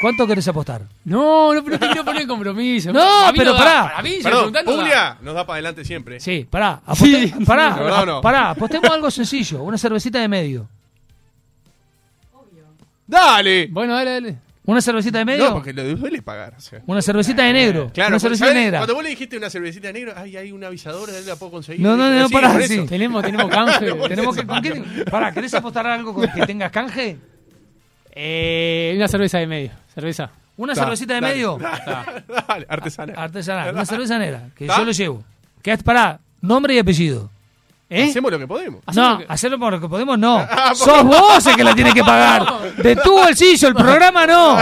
Speaker 3: ¿Cuánto querés apostar?
Speaker 2: No, no, no te quiero poner en compromiso.
Speaker 3: No,
Speaker 2: Para mí
Speaker 3: pero
Speaker 2: da,
Speaker 3: pará.
Speaker 2: Para mí, si me
Speaker 1: Perdón,
Speaker 2: preguntás, no da.
Speaker 1: Julia nos da para adelante siempre.
Speaker 3: Sí, pará, aposté-
Speaker 2: Sí.
Speaker 3: pará,
Speaker 1: No, no, no.
Speaker 3: pará, apostemos algo sencillo, una cervecita de medio.
Speaker 1: ¡Dale!
Speaker 2: Bueno, dale, dale.
Speaker 3: ¿Una cervecita de medio?
Speaker 1: No, porque lo duele pagar. o sea.
Speaker 3: Una cervecita de negro.
Speaker 1: Claro,
Speaker 3: una
Speaker 1: porque,
Speaker 3: cervecita
Speaker 1: ¿sabés?
Speaker 3: negra.
Speaker 1: cuando vos le dijiste una cervecita negra, ay, hay un avisador, ¿dónde la puedo conseguir?
Speaker 3: No, no, no,
Speaker 1: Sí,
Speaker 3: pará,
Speaker 1: por eso.
Speaker 3: sí.
Speaker 2: Tenemos, tenemos
Speaker 1: Ah,
Speaker 2: canje.
Speaker 3: Tenemos que, ¿con qué- pará, ¿querés apostar algo con que tengas canje?
Speaker 2: Eh, una cerveza de medio. Cerveza.
Speaker 3: ¿Una
Speaker 1: Está,
Speaker 3: cervecita de
Speaker 1: dale,
Speaker 3: medio? Ah.
Speaker 1: dale, dale, artesanal.
Speaker 3: artesanal, una cerveza negra, que
Speaker 1: ¿Está?
Speaker 3: yo lo llevo. Que es para nombre y apellido. ¿Eh?
Speaker 1: Hacemos lo que Ah, podemos.
Speaker 2: Hacemos
Speaker 3: no,
Speaker 2: lo que-
Speaker 3: hacerlo por lo que podemos, no. Sos vos el que la tiene que pagar. De tu bolsillo, el programa no.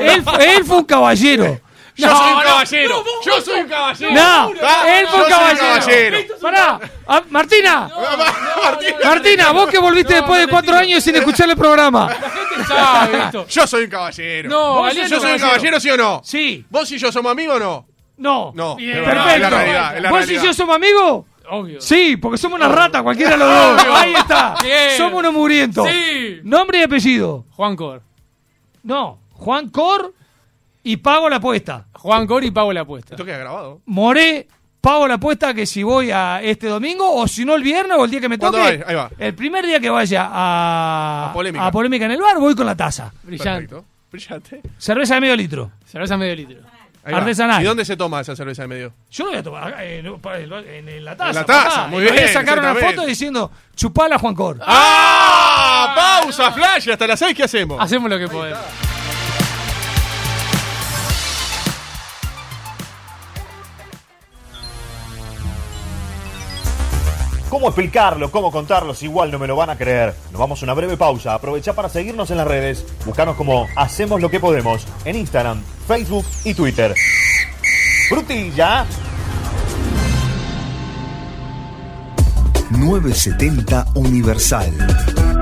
Speaker 3: Él, él fue un caballero.
Speaker 1: Yo
Speaker 3: No,
Speaker 1: soy un
Speaker 3: no,
Speaker 1: caballero. yo soy un caballero.
Speaker 3: No,
Speaker 1: Está,
Speaker 3: él fue
Speaker 1: yo
Speaker 3: un
Speaker 1: soy
Speaker 3: caballero.
Speaker 1: caballero.
Speaker 3: Pará, ah, Martina.
Speaker 1: Martín,
Speaker 3: Martina, vos que volviste
Speaker 2: No,
Speaker 3: después de cuatro
Speaker 2: Valentina.
Speaker 3: años sin escuchar el programa.
Speaker 2: Sabe esto.
Speaker 1: Yo soy un caballero.
Speaker 2: No,
Speaker 1: ¿Vos yo
Speaker 2: Galeano
Speaker 1: soy un
Speaker 2: caballero.
Speaker 1: caballero, ¿sí o no?
Speaker 3: Sí,
Speaker 1: ¿Vos y yo somos amigos o no?
Speaker 3: no.
Speaker 1: No.
Speaker 2: Bien.
Speaker 1: es verdad, es la
Speaker 3: Perfecto.
Speaker 1: realidad, es la
Speaker 3: ¿Vos y
Speaker 1: realidad.
Speaker 3: yo somos amigos?
Speaker 2: Obvio.
Speaker 3: Sí, porque somos una rata, cualquiera de los dos. Ahí está.
Speaker 2: Bien.
Speaker 3: Somos unos mugrientos.
Speaker 2: Sí.
Speaker 3: Nombre y apellido.
Speaker 2: Juan Cor.
Speaker 3: No, Juan Cor y pago la apuesta.
Speaker 2: Juan Cor y pago la apuesta.
Speaker 1: Esto queda grabado.
Speaker 3: Moré, pago la apuesta que si voy a este domingo o si no el viernes o el día que me
Speaker 1: ¿Cuándo
Speaker 3: toque.
Speaker 1: vais? Ahí va.
Speaker 3: El primer día que vaya a,
Speaker 1: A polémica.
Speaker 3: a en el bar voy con la taza.
Speaker 2: Brillante.
Speaker 1: Perfecto. Brillante.
Speaker 3: Cerveza de medio litro.
Speaker 2: Cerveza medio litro.
Speaker 1: Ahí va.
Speaker 3: Artesanal.
Speaker 1: ¿Y dónde se toma esa cerveza de medio?
Speaker 3: Yo no voy a tomar eh, no, para el- en, en la taza.
Speaker 1: En la taza,
Speaker 3: papá.
Speaker 1: muy
Speaker 3: Y Voy
Speaker 1: bien,
Speaker 3: a sacar una
Speaker 1: exactamente.
Speaker 3: foto diciendo chupala Juan Cor.
Speaker 1: ¡Ah! Pausa, flash. Hasta las 6, ¿qué hacemos?
Speaker 2: Hacemos lo que podemos.
Speaker 5: ¿Cómo explicarlo? ¿Cómo contarlos? Igual no me lo van a creer. Nos vamos a una breve pausa. Aprovecha para seguirnos en las redes. Buscanos como Hacemos lo que podemos en Instagram, Facebook y Twitter. ¡Frutilla!
Speaker 7: 970 Universal.